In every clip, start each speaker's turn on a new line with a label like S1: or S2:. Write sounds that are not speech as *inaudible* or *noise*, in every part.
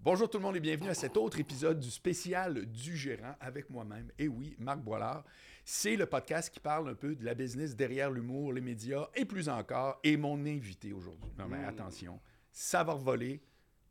S1: Bonjour tout le monde et bienvenue à cet autre épisode du spécial du gérant avec moi-même. Et oui, Marc Boilard. C'est le podcast qui parle un peu de la business derrière l'humour, les médias et plus encore. Et mon invité aujourd'hui. Non mais attention, ça va revoler.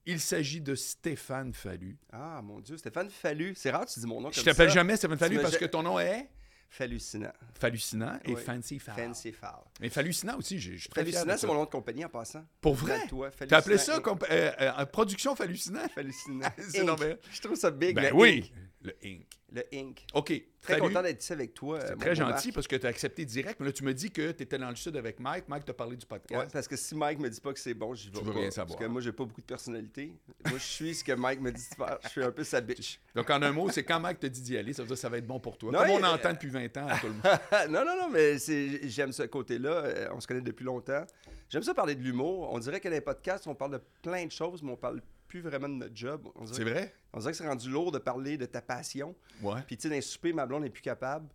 S1: Il s'agit de Stéphane Fallu.
S2: Ah, mon Dieu, Stéphane Fallu. C'est rare que tu dis mon nom comme
S1: Je t'appelle
S2: ça.
S1: jamais Stéphane Fallu
S2: Tu me
S1: parce
S2: gè-
S1: que ton nom est
S2: Fallucinant.
S1: Fallucinant et
S2: Oui.
S1: Fancy Fall.
S2: Fancy Fall.
S1: Mais Fallucinant aussi, j'ai- je suis très fier de
S2: Fallucinant, c'est
S1: ça.
S2: mon nom de compagnie en passant.
S1: Pour vrai?
S2: Toi,
S1: T'as appelé ça
S2: Fallucinant Inc.
S1: compa- euh, euh, en production Fallucinant?
S2: Fallucinant.
S1: *laughs* C'est
S2: Inc.
S1: normal.
S2: Je trouve ça big.
S1: Ben
S2: le
S1: oui,
S2: Inc.
S1: le Inc.
S2: Le Inc.
S1: OK,
S2: Très
S1: Fallu.
S2: content d'être ici avec toi.
S1: C'est
S2: euh, mon
S1: très
S2: beau
S1: gentil
S2: Marc.
S1: parce que tu as accepté direct. Mais là, tu me dis que tu étais dans le sud avec Mike. Mike t'a parlé du
S2: Ouais,
S1: podcast.
S2: parce que si Mike me dit pas que c'est bon, j'y vais
S1: Tu veux
S2: pas.
S1: rien savoir.
S2: Parce que moi, j'ai pas beaucoup de personnalité. Moi, je suis ce que Mike me dit de faire. Je suis un peu sa bitch. *laughs*
S1: Donc, en un mot, c'est quand Mike te dit d'y aller, ça veut dire que ça va être bon pour toi.
S2: Non,
S1: Comme on
S2: il-
S1: entend depuis 20 ans à tout le
S2: *laughs*
S1: monde.
S2: non, non, non, mais c'est- j'aime ce côté-là. Euh, On se connaît depuis longtemps. J'aime ça parler de l'humour. On dirait que dans les podcasts, on parle de plein de choses, mais on parle plus vraiment de notre job. On dirait,
S1: C'est vrai?
S2: on dirait que c'est rendu lourd de parler de ta passion.
S1: Ouais.
S2: Puis, tu sais, d'un souper, ma blonde n'est
S1: *laughs*
S2: plus capable.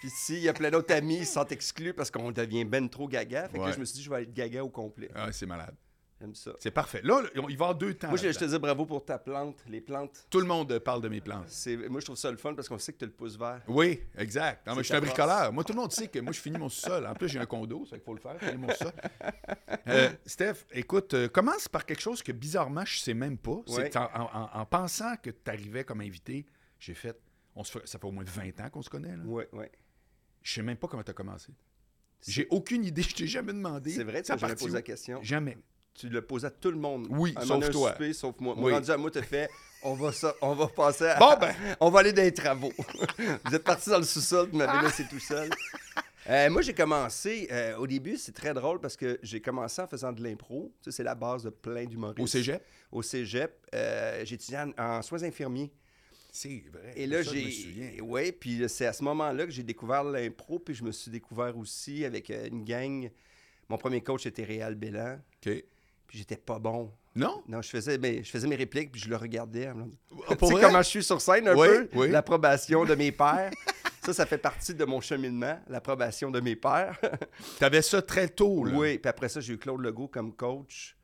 S2: Puis, si, il y a plein d'autres amis, ils se sentent exclus parce qu'on devient ben trop gaga. Fait que là,
S1: Ouais.
S2: je me suis dit, je vais être gaga au complet.
S1: Ah, c'est malade.
S2: J'aime ça.
S1: C'est parfait. Là, là, on- il va y avoir deux temps.
S2: Moi, je, je
S1: là-dedans.
S2: te dis bravo pour ta plante, les plantes.
S1: Tout le monde euh, parle de mes plans.
S2: C'est- Moi, je trouve ça le fun parce qu'on sait que tu le pouces vert.
S1: Oui, exact. Non, mais je suis
S2: C'est
S1: un
S2: ta force.
S1: bricoleur. Moi, tout le monde sait que moi, je finis mon sous-sol. En plus, j'ai un condo, ça fait qu'il faut le faire, finis mon sous-sol. Euh, Steph, écoute, euh, commence par quelque chose que bizarrement, je sais même pas. C'est
S2: Ouais.
S1: en, en- en- en pensant que tu arrivais comme invité, j'ai fait. On se fait- ça fait au moins 20 ans qu'on se connaît. Là.
S2: Oui, oui.
S1: Je sais même pas comment tu as commencé. J'ai aucune idée. Je t'ai jamais demandé.
S2: C'est vrai, tu
S1: Ça
S2: m'as jamais
S1: partit
S2: posé
S1: où?
S2: la question.
S1: Jamais.
S2: tu le poses à tout le monde.
S1: Oui,
S2: À un
S1: sauf
S2: moment donné, un
S1: toi.
S2: souper, sauf moi.
S1: Oui.
S2: Moi, rendu à moi, te fait, on va, ça, on va passer à...
S1: Bon, ben.
S2: On va aller dans les travaux. *laughs* Vous êtes parti dans le sous-sol, vous m'avez laissé
S1: *laughs*
S2: tout seul. Euh, moi, j'ai commencé, euh, au début, c'est très drôle parce que j'ai commencé en faisant de l'impro. Ça, c'est la base de plein d'humoristes.
S1: Au cégep.
S2: Au cégep. Euh, J'étudiais en, en soins infirmiers.
S1: C'est vrai.
S2: Et là,
S1: ça, je me
S2: j'ai.
S1: souviens.
S2: Oui, puis c'est à ce moment-là que j'ai découvert l'impro, puis je me suis découvert aussi avec euh, une gang. Mon premier coach était Réal Bélan,
S1: OK.
S2: puis j'étais pas bon. *laughs*
S1: Non?
S2: Non, je faisais, mes, je faisais mes répliques, puis je le regardais. en me disant, Tu
S1: Pour
S2: sais
S1: vrai?
S2: comment je suis sur scène un
S1: Oui,
S2: peu?
S1: oui.
S2: L'approbation de
S1: *laughs*
S2: mes pères. ça, ça fait partie de mon cheminement, l'approbation de mes pères.
S1: T'avais ça très tôt. Là.
S2: oui, puis après ça, j'ai eu Claude Legault comme coach.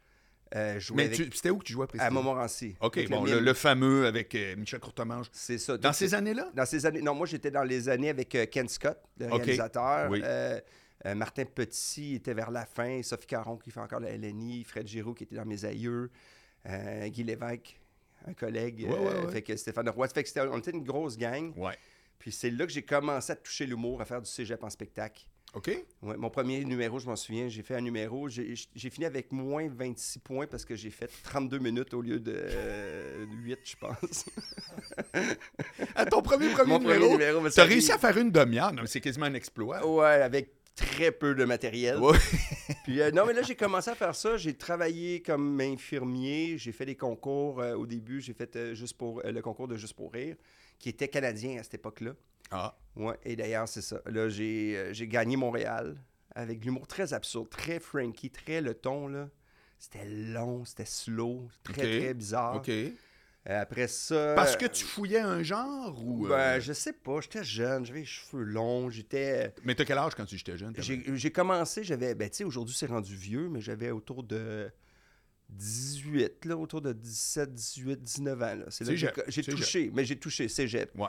S2: Euh, jouer
S1: Mais
S2: avec-
S1: tu- c'était où que tu jouais
S2: à
S1: précisément?
S2: Montmorency.
S1: OK,
S2: Avec
S1: bon, le,
S2: mime.
S1: le fameux avec euh, Michel Courtemanche.
S2: C'est ça.
S1: Dans
S2: Tout-
S1: ces années-là?
S2: dans ces années. Non, moi, j'étais dans les années avec euh, Ken Scott, le
S1: OK.
S2: réalisateur.
S1: Oui.
S2: Euh, euh, Martin Petit était vers la fin. Sophie Caron, qui fait encore la LNI. Fred Giroux, qui était dans Mes Aïeux. euh, Guy Lévesque, un collègue.
S1: Ouais, ouais,
S2: euh,
S1: ouais.
S2: Fait que Stéphane Roy. Ça Fait que c'était- on était une grosse gang.
S1: Ouais.
S2: Puis c'est là que j'ai commencé à toucher l'humour, à faire du cégep en spectacle.
S1: OK?
S2: Ouais, mon premier numéro, je m'en souviens, j'ai fait un numéro. J'ai j'ai fini avec moins 26 points parce que j'ai fait 32 minutes au lieu de 8, je *laughs* pense.
S1: À Ah, ton premier, premier
S2: Mon premier
S1: numéro,
S2: numéro, mais ça
S1: t'as
S2: arrive.
S1: réussi à faire une demi-heure. Non, mais c'est quasiment un exploit.
S2: Ouais, avec très peu de matériel.
S1: Ouais.
S2: *laughs* Puis euh, non, mais là, j'ai commencé à faire ça. J'ai travaillé comme infirmier. J'ai fait des concours euh, au début. J'ai fait euh, juste pour, euh, le concours de Juste pour rire, qui était canadien à cette époque-là.
S1: Ah,
S2: Ouais, et d'ailleurs, c'est ça. Là, j'ai euh, j'ai gagné Montréal avec de l'humour très absurde, très Frankie, très le ton, là. C'était long, c'était slow, très,
S1: Ok.
S2: très bizarre.
S1: OK.
S2: Euh, après ça...
S1: Ah. Parce que tu fouillais un genre ou. euh,
S2: Ben, je sais pas, j'étais jeune, j'avais les cheveux longs, j'étais...
S1: Mais t'as quel âge quand tu étais jeune? t'avais-
S2: J'ai j'ai commencé, j'avais... Ben, tu sais, aujourd'hui, c'est rendu vieux, mais j'avais autour de 18, là, autour de 17, 18, 19 ans, là. C'est là que j'ai
S1: Cégep,
S2: j'ai
S1: cégep.
S2: touché, mais j'ai touché, cégep.
S1: Ouais.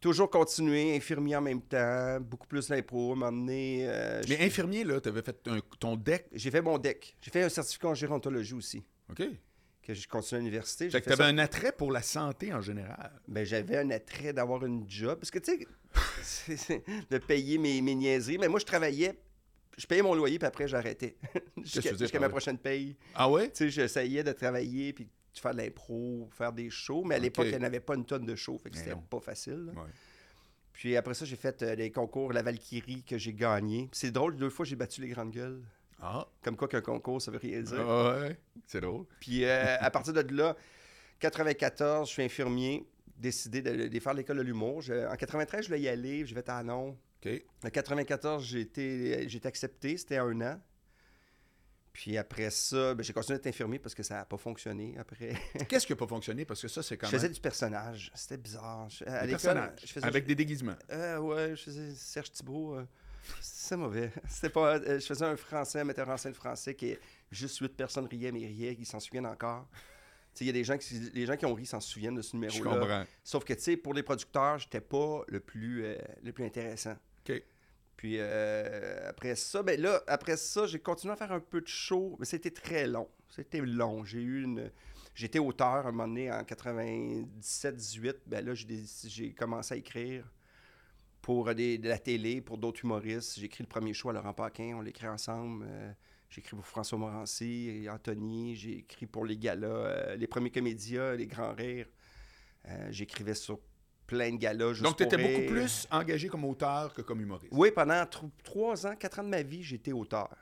S2: Toujours continué, infirmier en même temps, beaucoup plus l'impro, m'emmener... euh,
S1: Mais
S2: j'ai-
S1: infirmier, là, t'avais fait un- ton E deck.
S2: J'ai fait mon deck. J'ai fait un certificat en gérontologie aussi,
S1: OK.
S2: que j'ai continué à l'université. J'ai
S1: Fait que
S2: fait
S1: t'avais
S2: ça.
S1: un attrait pour la santé en général.
S2: Ben, j'avais un attrait d'avoir une job, parce que, tu sais, *laughs* c'est- c'est- de payer mes, mes niaiseries, mais moi, je travaillais... Je payais mon loyer, puis après, j'arrêtais. *laughs*
S1: que tu
S2: Jusqu'à
S1: veux dire
S2: jusqu'à
S1: par
S2: ma
S1: là?
S2: prochaine paye.
S1: Ah ouais?
S2: Tu sais, j'essayais de travailler, puis de faire de l'impro, faire des shows, mais à l'époque,
S1: Ok.
S2: il n'y en avait pas une tonne de shows, fait que
S1: Mais
S2: c'était
S1: non.
S2: pas facile. là.
S1: Ouais.
S2: Puis après ça, j'ai fait euh, les concours La Valkyrie que j'ai gagné. Puis C'est drôle, deux fois, j'ai battu les grandes gueules.
S1: Ah.
S2: Comme quoi qu'un concours, ça veut rien dire.
S1: Ah ouais. C'est drôle.
S2: Puis euh, à partir de là, 94, je suis infirmier, décidé de, de faire l'école de l'humour. Je- En 93, je voulais y aller, j'ai fait ah non.
S1: OK.
S2: *laughs* En 94, j'ai été, j'ai été accepté, c'était à un an. Puis après ça, ben, j'ai continué d'être infirmier parce que ça n'a pas fonctionné après.
S1: Qu'est-ce qui n'a pas fonctionné? Parce que ça, c'est
S2: Je
S1: quand
S2: faisais
S1: même.
S2: du personnage, c'était bizarre. Je- à
S1: des
S2: l'école,
S1: personnages
S2: je faisais-
S1: avec des déguisements.
S2: Euh, ouais, je faisais Serge Thibault. euh, c'est mauvais. *laughs* C'était pas. euh, je faisais un français, un metteur en scène français qui est juste huit personnes riaient, mais ils riaient, ils s'en souviennent encore. sais, Il y a des gens qui, les gens qui ont ri s'en souviennent de ce
S1: Je
S2: numéro-là.
S1: comprends.
S2: Sauf que, tu sais, pour les producteurs, j'étais pas le plus, euh, le plus intéressant.
S1: OK.
S2: Puis euh, après ça, ben là, après ça, j'ai continué à faire un peu de show, mais c'était très long. C'était long. J'ai eu une. J'étais auteur à un moment donné en 97-18. Ben là, j'ai dé- j'ai commencé à écrire pour euh, des- de la télé, pour d'autres humoristes. J'ai écrit le premier show à Laurent Paquin, on l'écrit ensemble. Euh, j'ai écrit pour François Morancy et Anthony. J'ai écrit pour les galas, euh, les premiers comédias, les grands rires. Euh, J'écrivais sur plein de galas. Juste
S1: Donc, tu étais
S2: pour
S1: beaucoup
S2: rire.
S1: plus engagé comme auteur que comme humoriste.
S2: Oui, pendant tr- trois ans, quatre ans de ma vie, j'étais auteur.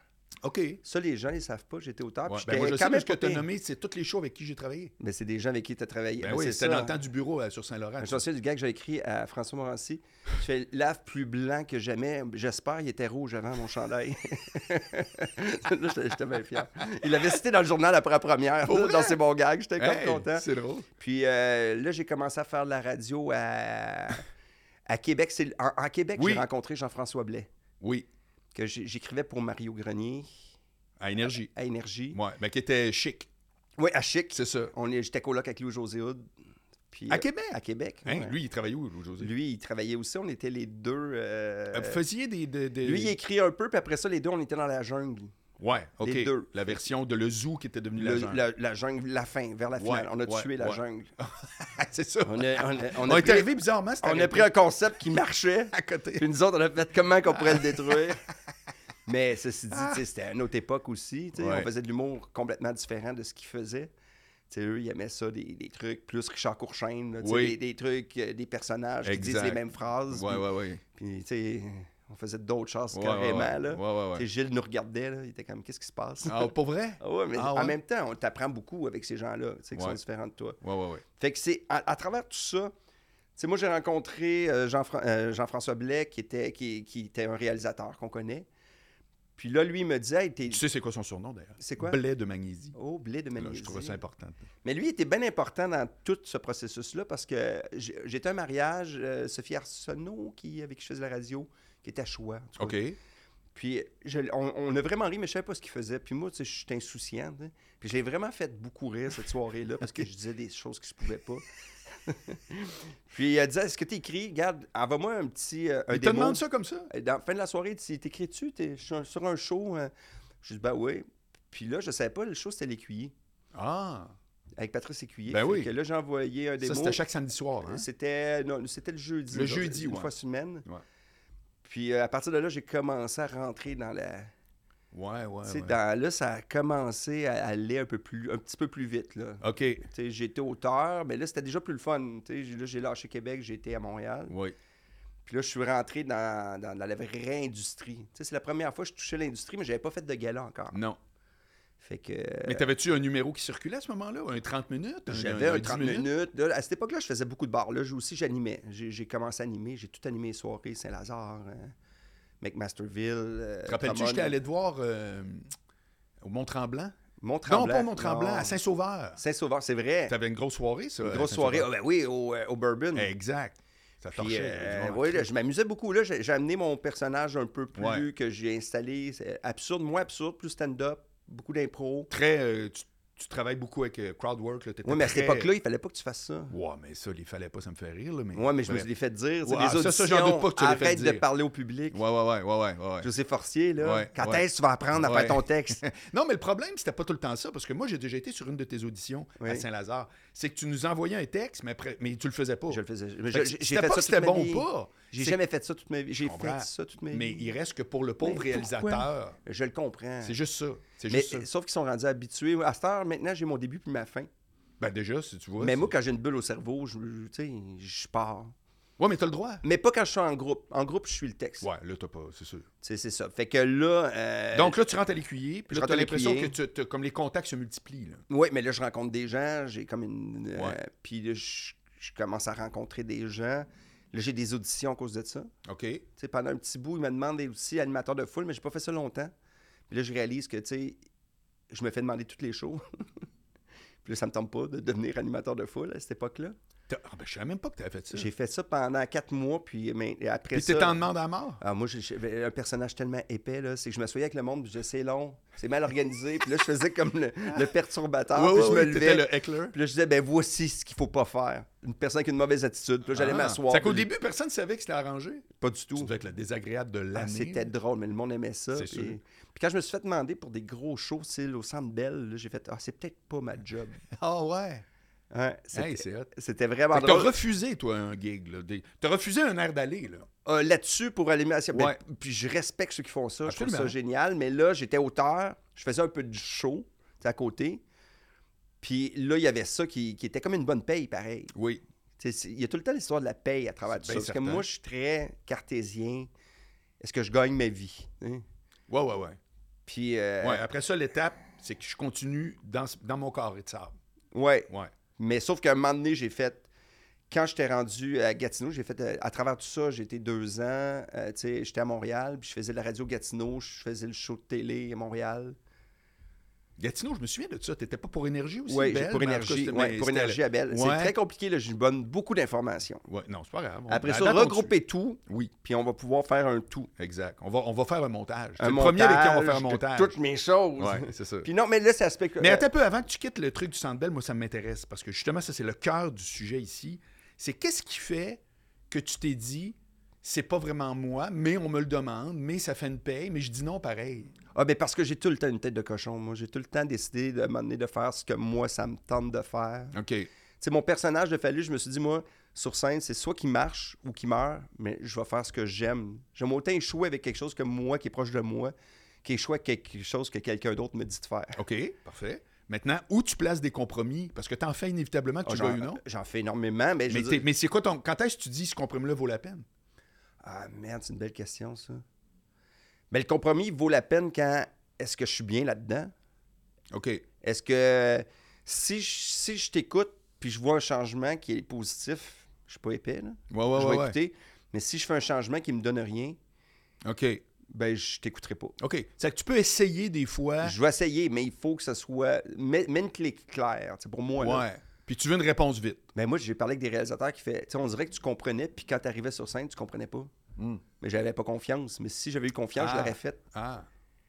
S1: OK. Ouais.
S2: Ça, les gens ne savent pas, j'étais auteur.
S1: Ben,
S2: puis Ah, j'étais
S1: moi, je
S2: quand
S1: sais
S2: même
S1: parce que
S2: pas
S1: tu as
S2: pire.
S1: nommé, c'est toutes les shows avec qui j'ai travaillé.
S2: Mais c'est des gens avec qui tu as travaillé.
S1: Ben
S2: Mais
S1: oui,
S2: c'est
S1: c'était
S2: ça.
S1: dans le temps du bureau euh, sur Saint-Laurent.
S2: Je me souviens du gars que j'ai écrit à François Morancy. Je fais lave plus blanc que jamais. J'espère, il était rouge avant mon chandail. *laughs* là, j'étais j'étais bien fier. Il l'avait cité dans le journal après la première,
S1: Pour
S2: là,
S1: vrai?
S2: dans ses bons gags. J'étais comme
S1: Hey,
S2: content.
S1: C'est drôle.
S2: Puis euh, là, j'ai commencé à faire de la radio à, à Québec. C'est le- En, en Québec,
S1: Oui.
S2: j'ai rencontré Jean-François Blais,
S1: Oui,
S2: que j'ai- j'écrivais pour Mario Grenier
S1: à énergie.
S2: à Énergie.
S1: Ouais, mais qui était chic,
S2: Oui, à Chic.
S1: c'est ça.
S2: On est- J'étais coloc avec Louis José Hood. Puis,
S1: À
S2: euh,
S1: Québec?
S2: À Québec.
S1: Hein,
S2: ouais.
S1: Lui, il travaillait où, Louis José?
S2: Lui, il travaillait aussi. On était les deux. euh,
S1: Euh, Vous faisiez des. des- des-
S2: lui, il écrit un peu, puis après ça, les deux, on était dans la jungle.
S1: Ouais, OK.
S2: les deux.
S1: La version de Le Zoo qui était devenue
S2: Le-
S1: la *laughs* jungle.
S2: la, la jungle, la fin, vers la finale.
S1: Ouais,
S2: on a
S1: ouais,
S2: tué la
S1: ouais.
S2: jungle.
S1: Ah, c'est ça.
S2: On, a, on, a- on
S1: On,
S2: a
S1: est
S2: pris,
S1: arrivé bizarrement, c'était
S2: on a pris un concept qui marchait,
S1: *laughs* à côté.
S2: *laughs* puis nous autres, on a fait comment qu'on pourrait
S1: *laughs*
S2: le détruire. Mais ceci dit, tu sais, c'était une autre époque aussi. tu sais,
S1: Ouais.
S2: On faisait de l'humour complètement différent de ce qu'ils faisaient. Tu sais, eux, ils aimaient ça, des, des trucs plus Richard Courchaine, là, tu sais,
S1: Oui.
S2: des, des trucs, euh, des personnages qui disent
S1: Exact.
S2: les mêmes phrases.
S1: Ouais,
S2: puis-
S1: ouais, ouais.
S2: Puis, tu sais, on faisait d'autres choses
S1: Ouais,
S2: carrément.
S1: ouais, ouais.
S2: Là.
S1: Ouais, ouais,
S2: Tu
S1: ouais.
S2: sais, Gilles nous regardait, là, il était comme, qu'est-ce qui se passe?
S1: Ah, pour
S2: *laughs*
S1: vrai?
S2: Ah ouais, mais
S1: Ah ouais?
S2: en même temps, on t'apprend beaucoup avec ces gens-là, tu sais, qui
S1: Ouais.
S2: sont différents de toi.
S1: Ouais, ouais, ouais.
S2: Fait que c'est, à, à travers tout ça, tu sais, moi, j'ai rencontré euh, Jean-Fran- euh, Jean-François Blais, qui était, qui, qui était un réalisateur qu'on connaît. Puis là, lui, il me disait, Hey, t'es-
S1: Tu sais, c'est quoi son surnom, d'ailleurs?
S2: C'est quoi?
S1: Blais de magnésie.
S2: Oh, Blais de
S1: Là,
S2: Magnésie.
S1: je trouve ça important.
S2: Mais lui, il était bien important dans tout ce processus-là parce que j'ai- j'étais à un mariage, euh, Sophie Arsenault, qui, avec qui je faisais la radio, qui était à Choix. en tout cas.
S1: OK.
S2: Puis je- on, on a vraiment ri, mais je savais pas ce qu'il faisait. Puis moi, tu sais, je suis insouciant. tu sais. Puis j'ai vraiment fait beaucoup rire cette soirée-là parce que je disais des choses que je pouvais pas. *laughs* Puis elle disait Est-ce que tu écris Regarde, envoie-moi un petit. euh, un
S1: Il te
S2: démo.
S1: demande ça comme ça?
S2: Et Dans la fin de la soirée, tu dis, t'écris-tu T'es- Je suis sur un show. euh? Je dis Ben oui. Puis là, je savais pas, le show, c'était l'écuyer,
S1: Ah!
S2: avec Patrice Écuyer.
S1: Ben
S2: Fait
S1: oui.
S2: que là, j'ai envoyé un démo.
S1: Ça, c'était chaque samedi soir, hein?
S2: C'était non, c'était le jeudi.
S1: Le
S2: genre,
S1: jeudi,
S2: Une
S1: ouais.
S2: fois semaine.
S1: Ouais.
S2: Puis euh, à partir de là, j'ai commencé à rentrer dans la.
S1: Ouais, ouais,
S2: Tu sais,
S1: ouais.
S2: dans- là, ça a commencé à aller un, peu plus, un petit peu plus vite. là.
S1: OK.
S2: Tu sais, J'étais auteur, mais là, c'était déjà plus le fun. Tu sais, j- là, j'ai lâché Québec, j'ai été à Montréal.
S1: Oui.
S2: Puis là, je suis rentré dans, dans- dans la vraie industrie. Tu sais, C'est la première fois que je touchais l'industrie, mais j'avais pas fait de gala encore.
S1: Non.
S2: Fait que
S1: Mais t'avais-tu un numéro qui circulait à ce moment-là? Un 30 minutes?
S2: j'avais un
S1: 10
S2: 30 minutes. Là, à cette époque-là, je faisais beaucoup de bars. Là, j'ai aussi, j'animais. J'ai j'ai commencé à animer. J'ai tout animé les soirées, Saint-Lazare, euh, McMasterville. euh,
S1: Te rappelles-tu,
S2: Drummond.
S1: j'étais allé te voir euh, au Mont-Tremblant?
S2: Mont-Tremblant.
S1: Non, pas au Mont-Tremblant, à
S2: Non.
S1: Saint-Sauveur.
S2: Saint-Sauveur, c'est vrai.
S1: T'avais une grosse soirée, ça?
S2: Une
S1: à
S2: grosse soirée.
S1: Saint-Sauveur.
S2: Ah ben oui, au, euh, au Bourbon.
S1: Exact. Ça
S2: Puis,
S1: torchait.
S2: euh,
S1: du monde en
S2: ouais, là,
S1: crise.
S2: je m'amusais beaucoup. Là, j'ai, j'ai amené mon personnage un peu plus
S1: Ouais.
S2: que j'ai installé. C'est euh, absurde, moins absurde, plus stand-up, beaucoup d'impro.
S1: Très, euh, tu, tu travailles beaucoup avec euh, crowdwork. Là, t'étais
S2: Oui, mais à cette
S1: très-
S2: époque-là, il fallait pas que tu fasses ça.
S1: Ouais, mais ça, il fallait pas, ça me fait rire. Là, mais...
S2: Oui, mais je me
S1: Bref.
S2: suis fait dire. tu sais,
S1: Ouais,
S2: les
S1: ça,
S2: auditions,
S1: ça, j'en doute pas que tu l'as fait
S2: arrête de
S1: dire.
S2: parler au public.
S1: Ouais, ouais, ouais, ouais, ouais, ouais.
S2: Je sais forcier, là.
S1: Ouais,
S2: Quand
S1: ouais.
S2: est-ce que tu vas apprendre à
S1: Ouais.
S2: faire
S1: *laughs*
S2: ton texte?
S1: Non, mais le problème, c'était pas tout le temps ça, parce que moi, j'ai déjà été sur une de tes auditions à
S2: Oui.
S1: Saint-Lazare. C'est que tu nous envoyais un texte, mais, après, mais tu le faisais pas.
S2: je le faisais. mais
S1: Fait
S2: je-
S1: que
S2: j'ai
S1: c'était pas
S2: fait ça
S1: que
S2: toute
S1: c'était
S2: ma
S1: bon
S2: vie.
S1: ou pas.
S2: J'ai
S1: c'est-
S2: jamais fait ça toute ma vie. J'ai
S1: Je comprends.
S2: fait ça toute ma vie.
S1: Mais il reste que pour le pauvre
S2: Mais pourquoi?
S1: réalisateur,
S2: Je le comprends.
S1: c'est juste ça. C'est
S2: Mais,
S1: juste ça.
S2: sauf qu'ils sont rendus habitués. À cette heure, maintenant, j'ai mon début puis ma fin.
S1: Ben déjà, si tu vois.
S2: mais
S1: c'est-
S2: moi, quand j'ai une bulle au cerveau, je, je- tu sais, je pars.
S1: Ouais, mais t'as le droit.
S2: Mais pas quand je suis en groupe. En groupe, je suis le texte.
S1: Ouais, là, t'as pas, c'est sûr.
S2: Tu sais, C'est ça. Fait que là. euh,
S1: Donc là, tu rentres à l'écuyer, puis
S2: je
S1: là, t'as
S2: rentre à
S1: l'impression que
S2: l'écuyer.
S1: tu, t'as- comme les contacts se multiplient. Là.
S2: Oui, mais là, je rencontre des gens, j'ai comme une. euh,
S1: Ouais.
S2: puis là, je, je commence à rencontrer des gens. Là, j'ai des auditions à cause de ça. Tu
S1: OK?
S2: sais, pendant un petit bout, ils me demandent des- aussi animateur de foule, mais j'ai pas fait ça longtemps. Puis là, je réalise que, tu sais, *laughs* je me fais demander toutes les shows. puis là, ça me tombe pas de devenir animateur de foule à cette époque-là.
S1: T'as- Ah, ben, je savais même pas que tu avais fait ça.
S2: J'ai fait ça pendant quatre mois, puis mais, après
S1: Puis
S2: ça...
S1: t'étais en demande à mort.
S2: Ah, moi, j'ai- j'avais un personnage tellement épais, là, c'est que je m'assoyais avec le monde, puis je disais, c'est long, c'est mal organisé, puis là, je faisais comme le, le perturbateur,
S1: Ouais,
S2: puis
S1: ouais,
S2: Ah, je
S1: ouais,
S2: me
S1: t'étais
S2: levais,
S1: le heckler.
S2: puis là, je disais, ben voici ce qu'il faut pas faire. Une personne qui a une mauvaise attitude, puis là, j'allais
S1: Ah.
S2: m'asseoir.
S1: C'est qu'au
S2: puis-
S1: début, personne ne savait que c'était arrangé.
S2: Pas du
S1: Tu
S2: tout.
S1: devais être le désagréable de
S2: Ah,
S1: l'année.
S2: c'était drôle, mais le monde aimait ça.
S1: C'est
S2: Puis,
S1: sûr.
S2: puis quand je me suis fait demander pour des gros shows, style au Centre Bell, là, j'ai fait, ah, c'est peut-être pas ma job.
S1: Ah ouais.
S2: Hein, c'était-
S1: Hey, c'est hot.
S2: c'était vraiment
S1: Fait que t'as
S2: drôle.
S1: refusé, toi, un gig. Là. Des- T'as refusé un air d'aller, là.
S2: Euh, là-dessus pour aller à Ben,
S1: Ouais.
S2: puis je respecte ceux qui font ça, je trouve
S1: Absolument.
S2: ça génial. Mais là, j'étais auteur, je faisais un peu de show tu sais, à côté. Puis là, il y avait ça qui, qui était comme une bonne paye, pareil.
S1: Oui.
S2: Tu sais, c'est- Il y a tout le temps l'histoire de la paye à travers tout
S1: C'est
S2: ça.
S1: bien
S2: Parce que
S1: certain.
S2: moi, je suis très cartésien. Est-ce que je gagne ma vie? hein?
S1: Ouais, ouais, ouais.
S2: Puis, euh,
S1: Ouais, Après ça, l'étape, c'est que je continue dans, dans mon carré de sable.
S2: ouais.
S1: Ouais.
S2: Mais sauf qu'à un moment donné, j'ai fait. Quand j'étais rendu à Gatineau, j'ai fait. euh, À travers tout ça, j'ai été deux ans. euh, tu sais, j'étais à Montréal, puis je faisais de la radio Gatineau, je faisais le show de télé à Montréal.
S1: Gatineau, je me souviens de ça. T'étais pas pour énergie aussi?
S2: Oui,
S1: Belle,
S2: pour
S1: mais en tout cas,
S2: énergie.
S1: c'était-
S2: ouais,
S1: mais
S2: pour
S1: c'était-
S2: énergie à Belle.
S1: Ouais.
S2: C'est très compliqué, là, je lui donne beaucoup d'informations.
S1: Ouais, non, c'est pas grave. On-
S2: Après
S1: à
S2: ça,
S1: date, on
S2: regrouper tout,
S1: suit. Oui,
S2: puis on va pouvoir faire un tout.
S1: exact. On va, on va faire un montage. C'est
S2: Un
S1: le premier avec qui on va faire un
S2: montage de
S1: montage.
S2: Toutes mes choses.
S1: Ouais, c'est ça.
S2: *laughs* Puis non, mais là, c'est aspect.
S1: Mais attends un peu, avant que tu quittes le truc du Centre Bell, moi, ça m'intéresse parce que justement, ça, c'est le cœur du sujet ici. C'est qu'est-ce qui fait que tu t'es dit, c'est pas vraiment moi, mais on me le demande, mais ça fait une paye, mais je dis non pareil.
S2: Ah, ben parce que j'ai tout le temps une tête de cochon, moi. J'ai tout le temps décidé de m'amener de faire ce que moi, ça me tente de faire.
S1: OK.
S2: Tu sais, mon personnage de Fallu, je me suis dit, moi, sur scène, c'est soit qu'il marche ou qu'il meurt, mais je vais faire ce que j'aime. J'aime autant échouer avec quelque chose que moi, qui est proche de moi, qu'échouer avec quelque chose que quelqu'un d'autre me dit de faire.
S1: OK, parfait. Maintenant, où tu places des compromis? Parce que t'en fais inévitablement, que
S2: Ah,
S1: tu
S2: j'en-
S1: vas ou non.
S2: J'en fais énormément, mais, je
S1: Mais,
S2: veux
S1: t'es-
S2: dire-
S1: mais c'est quoi ton. Quand est-ce que tu dis ce compromis-là vaut la peine?
S2: Ah merde, c'est une belle question, ça. Mais le compromis il vaut la peine quand est-ce que je suis bien là-dedans?
S1: OK.
S2: Est-ce que si je, si je t'écoute puis je vois un changement qui est positif, je suis pas épais, là.
S1: Ouais, ouais,
S2: je
S1: ouais,
S2: vais
S1: ouais.
S2: écouter. Mais si je fais un changement qui me donne rien,
S1: OK.
S2: ben je t'écouterai pas.
S1: OK. C'est-à-dire que tu peux essayer des fois.
S2: Je vais essayer, mais il faut que ça soit. Mets, mets une clé claire, tu sais, pour moi. là.
S1: Ouais. Puis tu veux une réponse vite.
S2: Ben moi, j'ai parlé avec des réalisateurs qui fait, tu sais, on dirait que tu comprenais, puis quand tu arrivais sur scène, tu comprenais pas.
S1: Mm.
S2: Mais j'avais pas confiance. Mais si j'avais eu confiance,
S1: Ah.
S2: je l'aurais fait.
S1: Ah.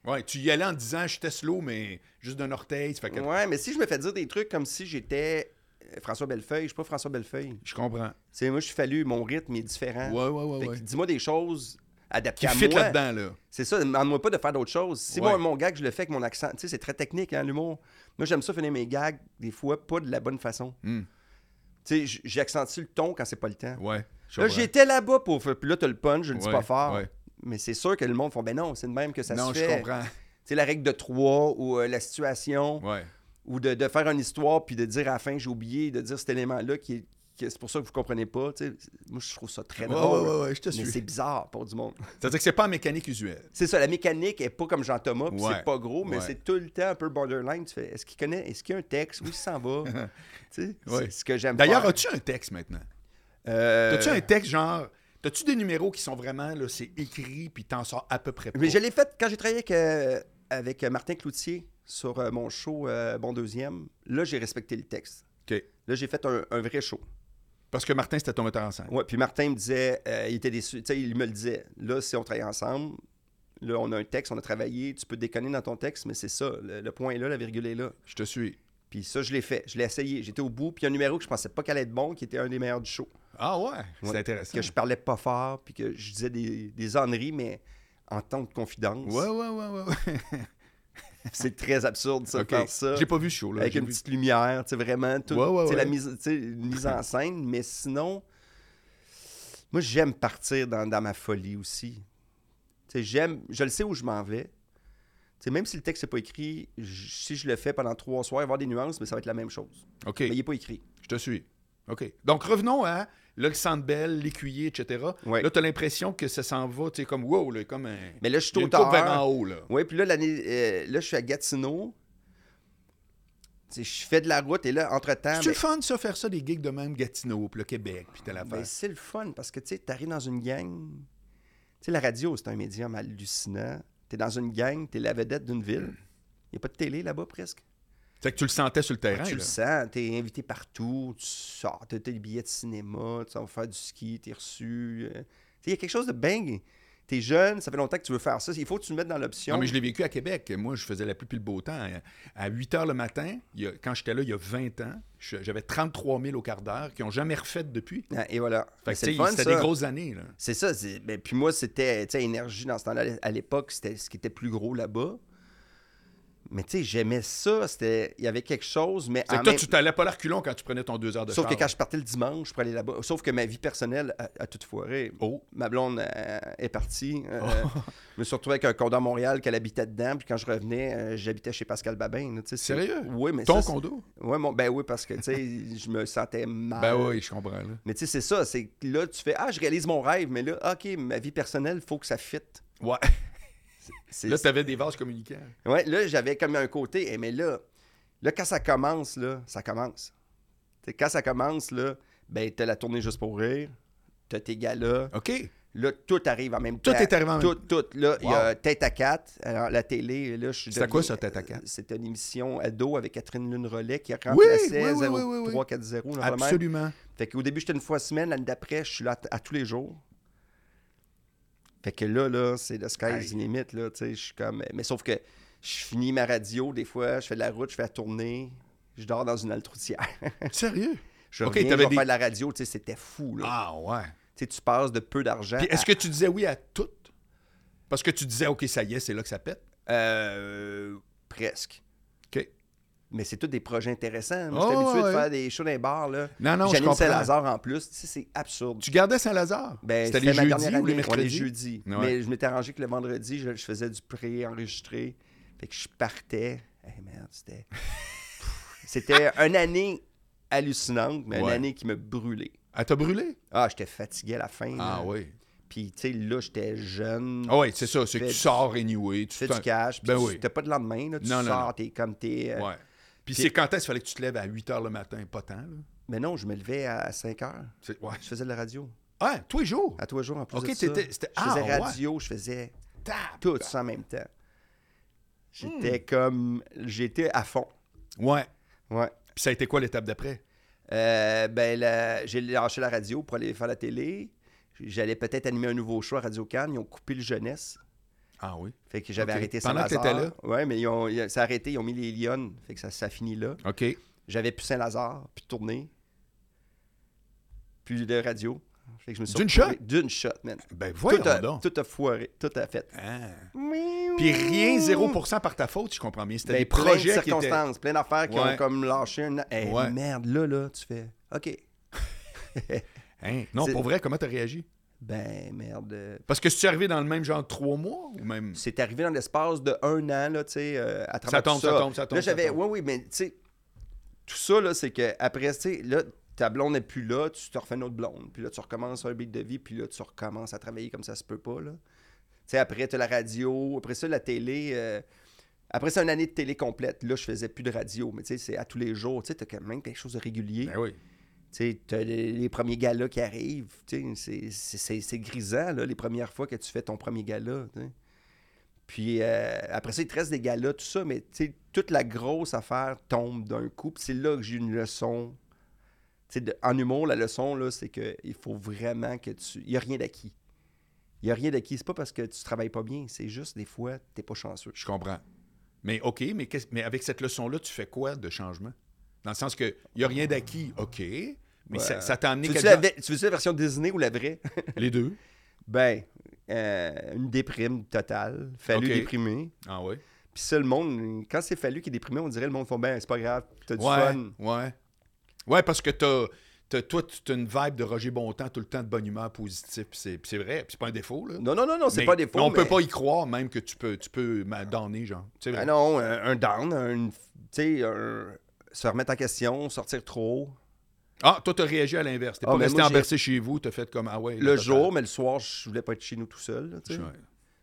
S1: Ouais, tu y allais en disant j'étais slow, mais juste d'un orteil. Ça fait que...
S2: Ouais, mais si je me fais dire des trucs comme si j'étais euh, François Bellefeuille, je suis pas François Bellefeuille.
S1: Je comprends.
S2: Tu sais, moi, je suis fallu, mon rythme est différent.
S1: Ouais, ouais,
S2: Fait
S1: ouais.
S2: que
S1: ouais.
S2: Dis-moi des choses adaptées
S1: Qui
S2: à
S1: fit
S2: moi.
S1: là-dedans, là.
S2: C'est ça, demande-moi pas de faire d'autres choses. Si
S1: Ouais.
S2: moi, mon gag, je le fais avec mon accent, tu sais, c'est très technique, hein, l'humour. Moi, j'aime ça finir mes gags, des fois, pas de la bonne façon.
S1: Hmm.
S2: Tu sais, j- j'accentue le ton quand c'est pas le temps.
S1: Ouais. je
S2: Là,
S1: comprends.
S2: j'étais là-bas pour. Puis là, t'as le punch, je le dis
S1: Ouais,
S2: pas fort.
S1: ouais.
S2: Mais c'est sûr que le monde font, ben non, c'est de même que ça
S1: Non,
S2: se
S1: je
S2: fait.
S1: comprends.
S2: Tu sais, la règle de trois ou euh, la situation.
S1: Ouais.
S2: ou de, de faire une histoire puis de dire à la fin j'ai oublié de dire cet élément là qui est- que c'est pour ça que vous comprenez pas tu sais. moi je trouve ça très
S1: Ouais,
S2: drôle
S1: ouais, ouais, ouais, je te
S2: mais
S1: suis.
S2: c'est bizarre pour du monde
S1: C'est-à-dire que c'est pas en mécanique usuelle.
S2: c'est ça la mécanique est pas comme Jean Thomas puis
S1: Ouais,
S2: c'est pas gros mais
S1: ouais.
S2: c'est tout le temps un peu borderline tu fais est-ce qu'il connaît est-ce qu'il y a un texte où il
S1: *laughs*
S2: s'en va tu sais
S1: Ouais.
S2: c'est ce que j'aime
S1: D'ailleurs,
S2: faire.
S1: as-tu un texte maintenant?
S2: Euh,
S1: As-tu un texte genre. T'as-tu des numéros qui sont vraiment, là, c'est écrit, puis t'en sors à peu près pas?
S2: mais je l'ai fait quand j'ai travaillé avec, euh, avec Martin Cloutier sur euh, mon show euh, Bon Deuxième là j'ai respecté le texte
S1: OK.
S2: là j'ai fait un- un vrai show
S1: Parce que Martin, c'était ton metteur en scène.
S2: Ouais, puis Martin me disait, euh, il était déçu, tu sais, il me le disait. Là, si on travaille ensemble, là, on a un texte, on a travaillé, tu peux déconner dans ton texte, mais c'est ça, le, le point est là, la virgule est là.
S1: Je te suis.
S2: Puis ça, je l'ai fait, je l'ai essayé, j'étais au bout, puis il y a un numéro que je pensais pas qu'elle allait être bon, qui était un des meilleurs du show.
S1: Ah ouais? C'est
S2: Ouais.
S1: intéressant.
S2: Que je parlais pas fort, puis que je disais des, des âneries, mais en temps de confidence.
S1: Ouais, ouais, ouais, ouais. ouais.
S2: *laughs* C'est très absurde, ça, de
S1: OK.
S2: faire ça.
S1: J'ai pas vu ce show-là.
S2: avec
S1: J'ai
S2: une
S1: vu-
S2: petite lumière, tu sais, vraiment, tout,
S1: Ouais, ouais,
S2: tu sais, la
S1: ouais.
S2: mise, tu sais, une mise en scène, mais sinon, moi, j'aime partir dans, dans ma folie aussi. Tu sais, j'aime, je le sais où je m'en vais. Tu sais, même si le texte n'est pas écrit, j- si je le fais pendant trois soirs, il va y avoir des nuances, mais ça va être la même chose.
S1: OK.
S2: Mais il n'est pas écrit.
S1: Je te suis. OK. Donc, revenons à le centre belle, l'écuyer, etc.
S2: Ouais.
S1: Là, tu as l'impression que ça s'en va, tu sais, comme wow, là, comme un.
S2: Mais là, je
S1: il y
S2: suis
S1: a une coupe vers en
S2: auteur.
S1: haut, là.
S2: Oui, puis là, l'année, euh, là, je suis à Gatineau. Tu sais, je fais de la route et là, entre-temps,
S1: C'est-tu
S2: ben,
S1: le fun, ça, faire ça, des gigs de même, Gatineau, puis le Québec, puis telle affaire?
S2: Ben, c'est le fun parce que tu sais, t'arrives dans une gang. Tu sais, la radio, c'est un médium hallucinant. T'es dans une gang, t'es la vedette d'une ville. Il n'y a pas de télé là-bas presque.
S1: C'est que tu le sentais sur le terrain.
S2: tu le
S1: là.
S2: sens, t'es invité partout, tu sors, t'as tes billets de cinéma, tu vas faire du ski, t'es reçu. euh. Tu sais, Il y a quelque chose de bang. T'es jeune, ça fait longtemps que tu veux faire ça. Il faut que tu le mettes dans l'option.
S1: Non, mais je l'ai vécu à Québec. Moi, je faisais la pluie puis le beau temps. À 8 h le matin, il y a- quand j'étais là il y a 20 ans, je- j'avais 33 000 au quart d'heure qui n'ont jamais refait depuis.
S2: Ah, Et voilà.
S1: Fait que,
S2: C'est
S1: tu
S2: le
S1: sais,
S2: fun,
S1: c'était
S2: ça.
S1: des grosses années. Là.
S2: C'est ça. c'est- ben, puis moi, c'était, tu sais, énergie dans ce temps-là. À l'époque, c'était ce qui était plus gros là-bas. Mais tu sais, j'aimais ça. C'était, il y avait quelque chose, mais
S1: C'est
S2: en
S1: que toi,
S2: même-
S1: tu t'allais pas l'arculon quand tu prenais ton 2 heures de
S2: sauf que
S1: char.
S2: quand je partais le dimanche pour aller là-bas, sauf que ma vie personnelle a, a tout foiré.
S1: Oh,
S2: Ma blonde euh, est partie. Euh, je me suis retrouvé avec un condo à Montréal qu'elle habitait dedans. Puis quand je revenais, euh, j'habitais chez Pascal Babin. là, tu sais, c'est-
S1: Sérieux?
S2: Oui, mais
S1: ton
S2: ça,
S1: condo?
S2: c'est- ouais, mon- ben oui, parce que tu sais, je me sentais mal.
S1: Ben oui, je comprends. Là.
S2: Mais tu sais, c'est ça, c'est que là, tu fais Ah, je réalise mon rêve, mais là, OK, ma vie personnelle, faut que ça fitte.
S1: Ouais.
S2: C'est-
S1: Là, t'avais des vases communicants.
S2: Ouais, là, j'avais comme un côté, eh, mais là, là, quand ça commence, là, ça commence. T'sais, quand ça commence, là, ben, t'as la tournée juste pour rire, t'as tes gars-là,
S1: OK. Ben,
S2: là, tout arrive en même
S1: Tout
S2: temps.
S1: est arrivé en même
S2: Tout, tout. Là, il y a
S1: Wow.
S2: Tête à 4, alors la télé, là, je suis
S1: C'était quoi,
S2: devenu- euh,
S1: ça, Tête à quatre?
S2: C'était une émission ado avec Catherine Lune-Relais qui remplaçait
S1: oui, oui, oui, oui, oui.
S2: 0340. genre, vraiment.
S1: Absolument.
S2: Fait qu'au début, j'étais une fois semaine, l'année d'après, je suis là à, à tous les jours. Fait que là, là, c'est le sky is the limit, là, tu sais, je suis comme... Mais sauf que je finis ma radio, des fois, je fais de la route, je fais la tournée, je dors dans une altroutière.
S1: Sérieux?
S2: *laughs* je
S1: Ok,
S2: reviens, je
S1: t'avais
S2: vais
S1: des-
S2: faire de la radio, tu sais, c'était fou, là.
S1: Ah ouais.
S2: Tu sais, tu passes de peu d'argent
S1: Puis est-ce
S2: à-
S1: que tu disais oui Ben, à tout? Parce que tu disais, OK, ça y est, c'est là que ça pète.
S2: Euh, presque.
S1: OK.
S2: Mais c'est tous des projets intéressants. Moi,
S1: Oh,
S2: j'étais habitué
S1: ouais.
S2: de faire des shows dans les bars, là.
S1: Non, non, je
S2: J'anime
S1: comprends.
S2: Saint-Lazare en plus, tu sais, c'est absurde.
S1: Tu gardais Saint-Lazare?
S2: Ben,
S1: C'était les
S2: ma
S1: jeudis
S2: dernière
S1: ou les
S2: année. Ouais,
S1: mercredis?
S2: jeudis.
S1: Ouais.
S2: Mais je m'étais arrangé que le vendredi, je, je faisais du pré-enregistré. Fait que je partais. Hey, merde, c'était. *laughs* Pff, c'était une année hallucinante, mais une
S1: Ouais.
S2: année qui me brûlait.
S1: Elle t'a brûlé?
S2: Ah, j'étais fatigué à la fin.
S1: Ah
S2: là.
S1: oui.
S2: Puis, tu sais, là, j'étais jeune.
S1: Ah oui, c'est ça. C'est que
S2: fais
S1: tu
S2: du-
S1: sors anyway. Tu
S2: Tu fais
S1: t'en-
S2: du cash. Puis
S1: Ben
S2: tu-
S1: oui.
S2: t'as pas de lendemain. Là, tu
S1: Non, non, non.
S2: sors, t'es comme t'es. euh,
S1: Ouais. Puis c'est quand est-ce qu'il fallait que tu te lèves à 8 h le matin? Pas tant, là.
S2: Mais non, je me levais à 5 heures.
S1: C'est- Ouais.
S2: Je faisais de la radio.
S1: Ah, tous les jours.
S2: À tous les jours, en plus.
S1: Ok,
S2: de ça.
S1: t'étais- c'était-
S2: Je faisais
S1: ah, ouais.
S2: radio, je faisais.
S1: Tap!
S2: tout ça en même temps.
S1: Hmm.
S2: J'étais comme. J'étais à fond.
S1: Ouais.
S2: Ouais.
S1: Puis ça a été quoi l'étape d'après?
S2: Euh, ben, la- j'ai lâché la radio pour aller faire la télé. J'allais peut-être animer un nouveau show à Radio Cannes. Ils ont coupé le jeunesse.
S1: Ah oui.
S2: Fait que j'avais
S1: Ok.
S2: arrêté
S1: Pendant que
S2: Saint-Lazare.
S1: t'étais
S2: Ouais, mais ils ont, ils ont- ça a arrêté. Ils ont mis les Lyonnes. Fait que ça, ça finit là.
S1: OK.
S2: J'avais plus Saint-Lazare, plus de tournée, plus de radio. Fait que je me suis
S1: D'une
S2: retrouvé-
S1: shot?
S2: D'une shot, man.
S1: Ben
S2: Tout
S1: voyons
S2: a,
S1: donc.
S2: tout a foiré. Tout a fait.
S1: Ah. Puis rien, 0% par ta faute, je comprends bien. C'était
S2: Ben,
S1: des
S2: plein
S1: projets
S2: de
S1: qui étaient...
S2: circonstances, plein d'affaires qui
S1: Ouais.
S2: ont comme lâché un. Hey,
S1: Ouais.
S2: merde, là, là, tu fais. OK.
S1: Hein? Non,
S2: C'est-
S1: pour vrai, comment t'as réagi?
S2: Ben, merde. euh,
S1: Parce que si tu es arrivé dans le même genre de trois mois ou même...
S2: C'est arrivé dans l'espace de un an, là, tu sais, euh, à travers
S1: Ça tombe,
S2: tout
S1: ça tombe, ça tombe,
S2: Là,
S1: ça
S2: j'avais.
S1: tombe.
S2: Oui, oui, mais tu sais, tout ça, là, c'est que après, tu sais, là, ta blonde n'est plus là, tu te refais une autre blonde. Puis là, tu recommences un beat de vie, puis là, tu recommences à travailler comme ça se peut pas, là. Tu sais, après, tu la radio, après ça, la télé. euh, après ça, une année de télé complète. Là, je faisais plus de radio, mais tu sais, c'est à tous les jours. Tu sais, t'as quand même quelque chose de régulier.
S1: Ben oui.
S2: Tu sais, t'as les, les premiers galas qui arrivent. tu sais, C'est c'est- c'est grisant, là, les premières fois que tu fais ton premier gala. tu sais. Puis euh, après ça, il te reste des galas, tout ça, mais tu sais, toute la grosse affaire tombe d'un coup. Puis c'est là que j'ai une leçon. Tu sais, de- en humour, la leçon, là, c'est qu'il faut vraiment que tu. Il n'y a rien d'acquis. Il n'y a rien d'acquis. C'est pas parce que tu travailles pas bien, c'est juste des fois, t'es pas chanceux.
S1: Je comprends. Mais OK, mais, qu'est-ce- mais avec cette leçon-là, tu fais quoi de changement? Dans le sens que il n'y a rien d'acquis, OK, mais ça,
S2: Ouais.
S1: ça t'a amené
S2: Tu veux-tu
S1: quelque
S2: la,
S1: part-
S2: ve- tu veux-tu la version Disney ou la vraie?
S1: Les deux.
S2: ben, euh, une déprime totale. Fallu
S1: Ok.
S2: déprimer.
S1: Ah oui.
S2: Puis ça, le monde, quand c'est fallu qu'il est déprimé, on dirait le monde font ben, c'est pas grave, t'as du
S1: Ouais,
S2: fun.
S1: ouais. Ouais, parce que t'as, t'as- toi, tu as une vibe de Roger Bontemps, tout le temps de bonne humeur positive. puis C'est, puis c'est vrai, puis c'est pas un défaut. Là.
S2: Non, non, non, non, c'est
S1: Mais
S2: pas des faux.
S1: On
S2: mais-
S1: peut pas y croire, même que tu peux, tu peux m'a- donner, genre. C'est vrai.
S2: Ah non, un, un down, un, tu sais, un- se remettre en question, sortir trop haut.
S1: Ah, toi, t'as réagi à l'inverse. T'es
S2: Ah,
S1: pas
S2: mais
S1: resté
S2: moi,
S1: embercé chez vous, t'as fait comme Ah ouais.
S2: Le
S1: total.
S2: jour, mais le soir, je voulais pas être chez nous tout seul. là, tu sais.
S1: Ouais.
S2: Tu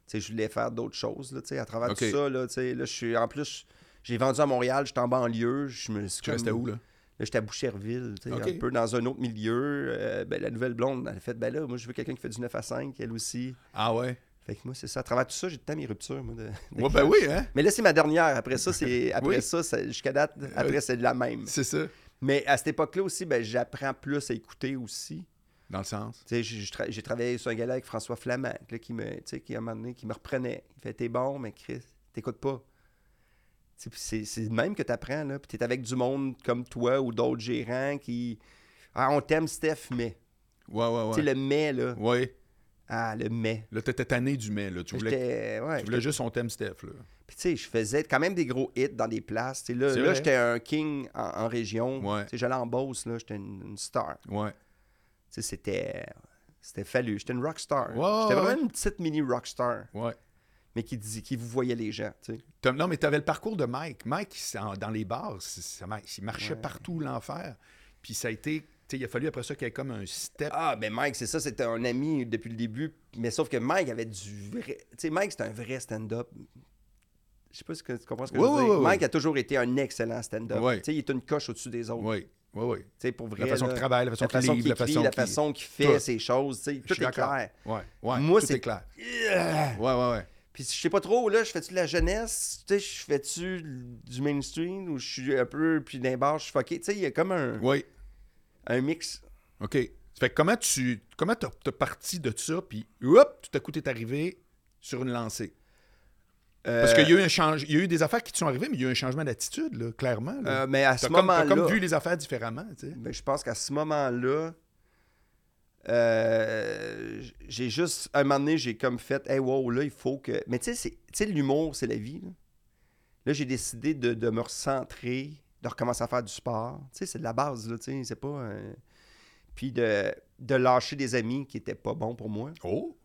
S2: sais, je voulais faire d'autres choses là, tu sais, à travers
S1: Ok.
S2: tout ça. Là, tu sais. là, je suis, en plus, j'ai vendu à Montréal, j'étais en banlieue. Je me suis
S1: Tu
S2: comme-
S1: restais où, là
S2: Là, j'étais à Boucherville, tu sais,
S1: Ok.
S2: un peu dans un autre milieu. Euh, ben, la nouvelle blonde, elle a fait ben là, moi, je veux quelqu'un qui fait du 9 à 5, elle aussi.
S1: Ah ouais.
S2: Fait que moi, c'est ça. À travers tout ça, j'ai tant mes ruptures. Moi, de-
S1: Ouais, ben oui, hein?
S2: *laughs* Mais là, c'est ma dernière. Après ça,
S1: *laughs*
S2: c'est après
S1: Oui. Euh,
S2: ça, ça- jusqu'à date, après, c'est la même.
S1: C'est ça.
S2: Mais à cette époque-là aussi, ben, j'apprends plus à écouter aussi.
S1: Dans le sens.
S2: Tu sais, j'ai- j'ai tra- j'ai travaillé sur un gala avec François Flamand, là, qui me, tu sais, qui, à un moment donné, qui me reprenait. Il fait T'es bon, mais Chris, t'écoutes pas. Tu sais, puis C'est c'est le même que t'apprends, là. Puis t'es avec du monde comme toi ou d'autres gérants qui. Ah, on t'aime, Steph, mais.
S1: Ouais, ouais,
S2: Tu sais,
S1: ouais.
S2: le mais, là.
S1: Ouais.
S2: Ah, le mais.
S1: Là, t'étais tanné du mais, là. Tu voulais,
S2: J'étais- ouais,
S1: tu voulais juste son thème Steph, là.
S2: Puis, tu sais, je faisais quand même des gros hits dans des places. Tu sais, là,
S1: C'est
S2: là
S1: vrai.
S2: j'étais un king en, en région.
S1: Ouais.
S2: Tu sais, J'allais en Beauce, là, j'étais une, une star.
S1: Ouais.
S2: Tu sais, c'était. C'était fallu. J'étais une rock star.
S1: Ouais,
S2: j'étais
S1: ouais.
S2: vraiment une petite mini rock star,
S1: Ouais.
S2: mais qui, dis- qui vous voyait les gens. tu sais.
S1: T'as- Non, mais t'avais le parcours de Mike. Mike, c'est en- dans les bars, c'est- ça mar- il marchait
S2: Ouais.
S1: partout, l'enfer. Puis ça a été... tu sais, Il a fallu après ça qu'il y ait comme un step.
S2: Ah, ben Mike, c'est ça, c'était un ami depuis le début. Mais sauf que Mike avait du vrai. Tu sais, Mike, c'est un vrai stand-up. Je sais pas si que- tu comprends ce que
S1: Oui,
S2: je veux
S1: oui,
S2: dire.
S1: oui, oui.
S2: Mike a toujours été un excellent stand-up.
S1: Ouais.
S2: Tu sais, il est une coche au-dessus des autres.
S1: Oui, oui, oui.
S2: Tu sais, pour vrai,
S1: La façon
S2: là,
S1: qu'il travaille, la façon
S2: la
S1: qu'il
S2: façon
S1: livre,
S2: qu'il
S1: la
S2: écrit,
S1: façon
S2: la
S1: qu'il-
S2: façon qu'il
S1: Tout.
S2: fait ses choses, tu sais,
S1: Je suis
S2: tout est
S1: d'accord.
S2: clair.
S1: Ouais, ouais.
S2: Moi,
S1: tout
S2: c'est-
S1: est clair. Ouais, ouais, ouais.
S2: Puis je sais pas trop, là, je fais-tu de la jeunesse, tu sais, je fais-tu du mainstream ou je suis un peu, puis d'un bar, je suis fucké. Tu sais, il y a comme un,
S1: Oui,
S2: un mix.
S1: OK. Fait que comment tu comment t'as, t'as parti de ça, puis hop, tout à coup, t'es arrivé sur une lancée. Parce
S2: Euh,
S1: qu'il y a eu un change, il y a eu des affaires qui te sont arrivées, mais il y a eu un changement d'attitude, là, clairement. là.
S2: euh, mais à
S1: t'as,
S2: ce
S1: comme, t'as
S2: moment-là,
S1: comme vu les affaires différemment, tu sais.
S2: ben, je pense qu'à ce moment-là, euh, j'ai juste, un moment donné, j'ai comme fait, hey, wow, là, il faut que. Mais tu sais, c'est- tu sais, l'humour, c'est la vie. Là, Là, j'ai décidé de, de me recentrer, de recommencer à faire du sport. Tu sais, c'est de la base, là, tu sais, c'est pas. euh, Puis de, de lâcher des amis qui étaient pas bons pour moi.
S1: Oh,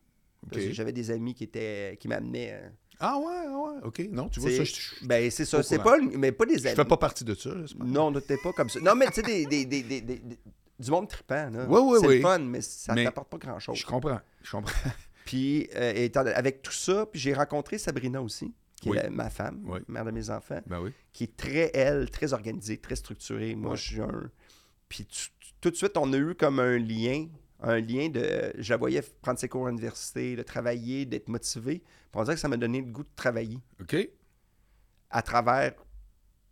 S1: OK.
S2: Parce que j'avais des amis qui étaient qui m'amenaient. euh,
S1: Ah ouais, ah ouais, OK. Non, tu vois,
S2: tu
S1: ça,
S2: sais,
S1: je, je-
S2: ben c'est
S1: au
S2: ça, c'est
S1: courant.
S2: pas une- mais pas des
S1: je
S2: amis.
S1: fais pas partie de ça. là, c'est pas-
S2: Non, t'es pas comme ça. Non, mais tu sais des, des- des- des- des- des- du monde trippant là.
S1: Ouais, ouais,
S2: c'est
S1: ouais.
S2: le fun, mais ça
S1: Mais-
S2: t'apporte pas grand-chose.
S1: Je comprends, je comprends.
S2: Puis euh, étant- avec tout ça, puis j'ai rencontré Sabrina aussi, qui
S1: Oui.
S2: est la- ma femme,
S1: Oui.
S2: mère de mes enfants,
S1: Ben oui.
S2: qui est très elle, très organisée, très structurée. Moi,
S1: Ouais.
S2: je suis un puis tu- tu- tout de suite on a eu comme un lien, un lien de je la voyais prendre ses cours à l'université, de travailler, d'être motivé. Puis on dirait que ça m'a donné le goût de travailler.
S1: OK.
S2: à travers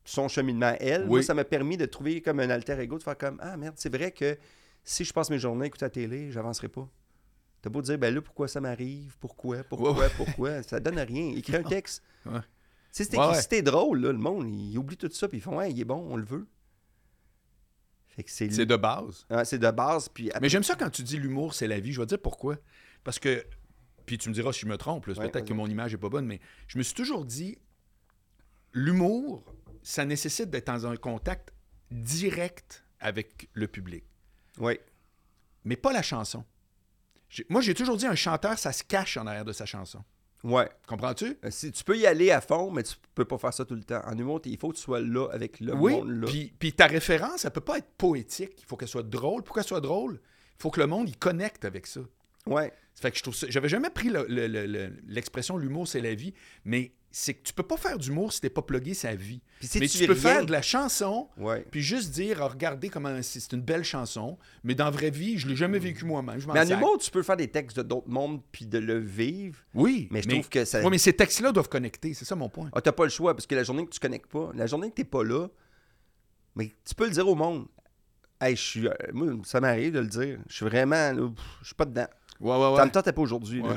S2: son cheminement, elle,
S1: Oui.
S2: moi, ça m'a permis de trouver comme un alter ego, de faire comme Ah merde, c'est vrai que si je passe mes journées à écouter la télé, j'avancerai pas. T'as beau dire, ben là, pourquoi ça m'arrive, pourquoi, pourquoi,
S1: Ouais, ouais.
S2: pourquoi, ça donne
S1: *laughs*
S2: rien. Écris un texte.
S1: Ouais.
S2: Tu sais, c'est
S1: Ouais,
S2: écrit-
S1: ouais.
S2: si t'es drôle, là, le monde, il oublie tout ça, puis ils font, ouais, il est bon, on le veut. Fait que c'est
S1: C'est de base.
S2: Ouais, c'est de base, puis après-
S1: Ah, Mais j'aime ça quand tu dis l'humour, c'est la vie. Je vais te dire pourquoi. Parce que, puis tu me diras si je me trompe, là, c'est
S2: Ouais,
S1: peut-être que
S2: vas-y.
S1: mon image est pas bonne, mais je me suis toujours dit, l'humour, ça nécessite d'être dans un contact direct avec le public,
S2: Ouais.
S1: mais pas la chanson. J'ai- Moi, j'ai toujours dit, un chanteur, ça se cache en arrière de sa chanson.
S2: Ouais.
S1: Comprends-tu?
S2: Euh, Si, tu peux y aller à fond, mais tu peux pas faire ça tout le temps. En humour, t'es- il faut que tu sois là avec le
S1: oui,
S2: monde, là.
S1: puis, puis ta référence, elle peut pas être poétique. Il faut qu'elle soit drôle. Pour qu'elle soit drôle, il faut que le monde y connecte avec ça.
S2: Ouais.
S1: Ça Fait que je trouve ça- J'avais jamais pris le- le- le- le- l'expression l'humour, c'est la vie, mais c'est que tu peux pas faire d'humour si t'es pas plugué sa vie.
S2: Puis si
S1: mais
S2: tu
S1: tu,
S2: ris
S1: peux
S2: rien-
S1: faire de la chanson,
S2: Ouais.
S1: puis juste dire, Ah, regardez comment c'est c'est une belle chanson, mais dans la vraie vie, je l'ai jamais vécu moi-même. je m'en
S2: Mais en
S1: sacre.
S2: humour, tu peux faire des textes de d'autres mondes puis de le vivre.
S1: Oui,
S2: Mais je trouve que ça.
S1: Ouais, mais ces textes-là doivent connecter, c'est ça mon point.
S2: Ah, t'as pas le choix parce que la journée que tu connectes pas, la journée que t'es pas là, mais tu peux le dire au monde. Hey, je suis. euh, Moi, ça m'arrive de le dire. Je suis vraiment. là, pff, je suis pas dedans.
S1: Ouais, ouais,
S2: Ça me tentait pas aujourd'hui. là.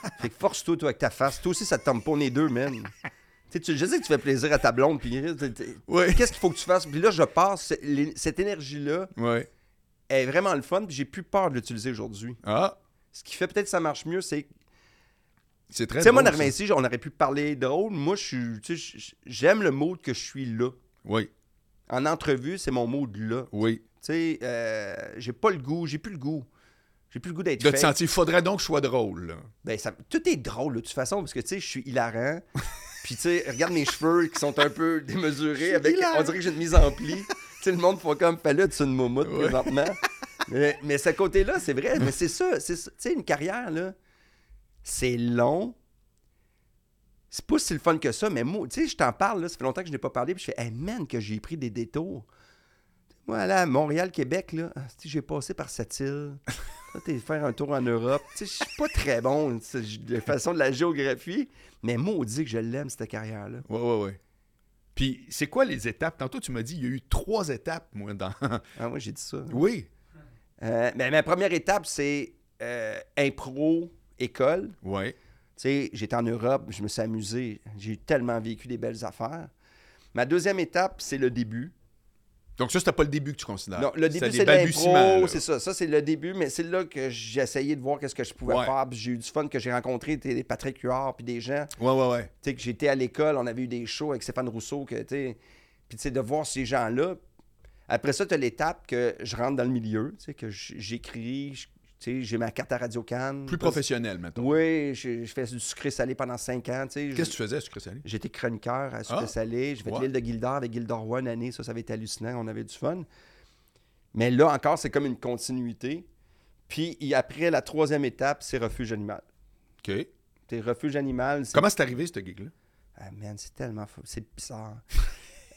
S2: *laughs* fait que force-toi, toi, avec ta face. Toi aussi, ça te tente pas. On est deux, man. Tu sais, tu- je sais que tu fais plaisir à ta blonde. Puis t'es- t'es-
S1: Ouais.
S2: qu'est-ce qu'il faut que tu fasses? Puis là, je passe. c'est- les- Cette énergie-là
S1: Ouais.
S2: est vraiment le fun. Puis j'ai plus peur de l'utiliser aujourd'hui.
S1: Ah,
S2: Ce qui fait peut-être que ça marche mieux, c'est
S1: c'est très
S2: Tu sais, moi, on
S1: drôle,
S2: arrivait
S1: ça.
S2: ici, on aurait pu parler drôle. Moi, je suis. tu sais, je- j'aime le mode que je suis là.
S1: Oui,
S2: En entrevue, c'est mon mode là.
S1: oui.
S2: Tu sais, euh, j'ai pas le goût, j'ai plus le goût. J'ai plus le goût d'être
S1: De te
S2: fake.
S1: sentir, faudrait donc que je sois drôle. là.
S2: Ben, ça- tout est drôle, là, de toute façon, parce que, tu sais, je suis hilarant. *laughs* Puis, tu sais, regarde mes cheveux qui sont un peu démesurés. avec
S1: hilarant.
S2: On dirait que j'ai une mise en pli. tu sais, le monde fait comme, fais-le, tu es une moumoute
S1: Ouais.
S2: présentement. Mais, mais ce côté-là, c'est vrai. Mais c'est ça, c'est ça. Tu sais, une carrière, là, c'est long. C'est pas si le fun que ça, mais moi, tu sais, je t'en parle, là, ça fait longtemps que je n'ai pas parlé, puis je fais, hey man, que j'ai pris des détours. Moi, là, à Montréal, Québec, là, ah, si j'ai passé par cette île. Là, t'es faire un tour en Europe. Tu sais, je suis pas très bon tu sais, de façon de la géographie, mais maudit que je l'aime, cette carrière-là.
S1: Ouais, ouais, ouais. Puis, c'est quoi les étapes? Tantôt, tu m'as dit, il y a eu trois étapes, moi, dans... *laughs*
S2: Ah, moi, j'ai dit ça.
S1: oui.
S2: Euh, mais ma première étape, c'est euh, impro, école.
S1: Ouais.
S2: Tu sais, j'étais en Europe, je me suis amusé. J'ai tellement vécu des belles affaires. Ma deuxième étape, c'est le début.
S1: Donc ça, c'était pas le début que tu considères.
S2: Non,
S1: C'était
S2: le début,
S1: Ah, des
S2: c'est
S1: balbutiements, là.
S2: l'impro, c'est ça. Ça, c'est le début, mais c'est là que j'ai essayé de voir qu'est-ce que je pouvais
S1: Ouais.
S2: faire. puis J'ai eu du fun que j'ai rencontré des des Patrick Huard puis des gens.
S1: Ouais, ouais, ouais.
S2: Tu sais, que j'étais à l'école, on avait eu des shows avec Stéphane Rousseau. Que, tu sais, puis, tu sais, de voir ces gens-là. Après ça, tu as l'étape que je rentre dans le milieu, tu sais, que j- j'écris, je- tu sais, j'ai ma carte à Radio Cannes.
S1: Plus professionnel, maintenant.
S2: Oui, je, je fais du sucré salé pendant cinq ans. tu sais.
S1: Qu'est-ce que tu faisais, sucré salé?
S2: J'étais chroniqueur à Sucre
S1: Ah,
S2: Salé. J'ai fait
S1: ouais.
S2: l'île de Gildor avec Gildor Roy une année. Ça, ça avait été hallucinant. On avait du fun. Mais là encore, c'est comme une continuité. Puis et après, la troisième étape, c'est refuge animal.
S1: OK.
S2: T'es refuge animal, c'est.
S1: Comment c'est arrivé, ce gig-là?
S2: Ah man, c'est tellement fou. C'est
S1: *laughs*
S2: bizarre.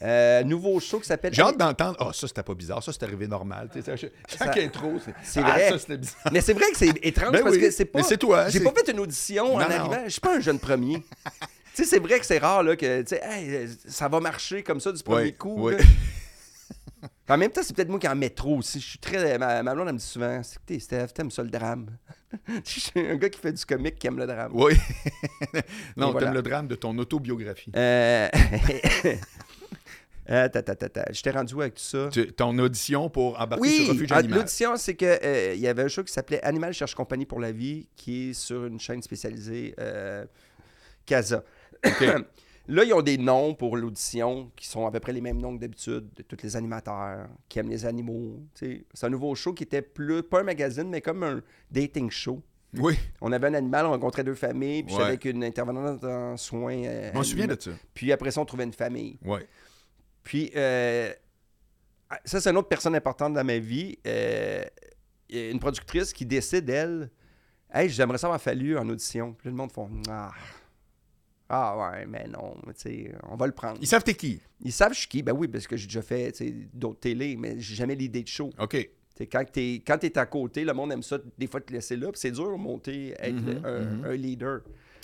S2: Euh, nouveau show qui s'appelle.
S1: J'ai hâte d'entendre. Ah, ça, c'était pas bizarre. Ça, c'est arrivé normal. Tu sais, ça- chaque
S2: ben, Ça-
S1: intro, c'est.
S2: C'est
S1: Ah,
S2: vrai.
S1: ça, c'était bizarre.
S2: Mais c'est
S1: *laughs*
S2: vrai que c'est étrange
S1: Ben
S2: parce
S1: oui,
S2: que c'est pas.
S1: mais c'est toi,
S2: J'ai
S1: c'est-
S2: pas fait une audition
S1: Non,
S2: en
S1: non.
S2: arrivant. Je suis pas un
S1: *laughs*
S2: jeune premier. tu sais, c'est vrai que c'est rare là, que tu sais, Hey, euh, ça va marcher comme ça du premier
S1: Ouais,
S2: coup.
S1: ouais. *laughs*
S2: là. En même temps, c'est peut-être moi qui en mets trop aussi. Je suis très. Ma, ma blonde, elle me dit souvent C'est que t'es Steph, t'aimes ça le drame. *laughs* Je suis un gars qui fait du comique qui aime le drame.
S1: Oui. non,
S2: Et voilà.
S1: t'aimes le drame de ton autobiographie.
S2: Euh. *laughs* Euh, ta, ta, ta, ta. J'étais rendu où avec tout ça.
S1: Tu- ton audition pour embarquer sur
S2: Oui,
S1: Refuge
S2: ah,
S1: Animal.
S2: l'audition, c'est que euh, il y avait un show qui s'appelait Animal cherche compagnie pour la vie, qui est sur une chaîne spécialisée euh, Casa. *coughs* Là, ils ont des noms pour l'audition qui sont à peu près les mêmes noms que d'habitude de tous les animateurs qui aiment les animaux. tu sais. C'est un nouveau show qui était plus, pas un magazine, mais comme un dating show.
S1: Oui,
S2: On avait un animal, on rencontrait deux familles, puis j'étais
S1: Ouais.
S2: avec une intervenante en soins. euh,
S1: je me souviens
S2: animaux.
S1: de ça.
S2: Puis après ça, on trouvait une famille.
S1: Oui.
S2: Puis, euh, ah, ça, c'est une autre personne importante dans ma vie. euh, une productrice qui décide, elle, Hey, j'aimerais ça avoir fallu en audition. Puis là, le monde font Ah, ah ouais, mais non, mais tu sais, on va le prendre.
S1: Ils savent t'es qui.
S2: Ils savent je suis qui. Ben oui, parce que j'ai déjà fait tu sais, d'autres télés, mais j'ai jamais l'idée de show.
S1: OK.
S2: Tu sais, quand t'es quand t'es à côté, le monde aime ça, des fois, te laisser là. Puis c'est dur de monter, être
S1: Mhm,
S2: un,
S1: mhm.
S2: un leader.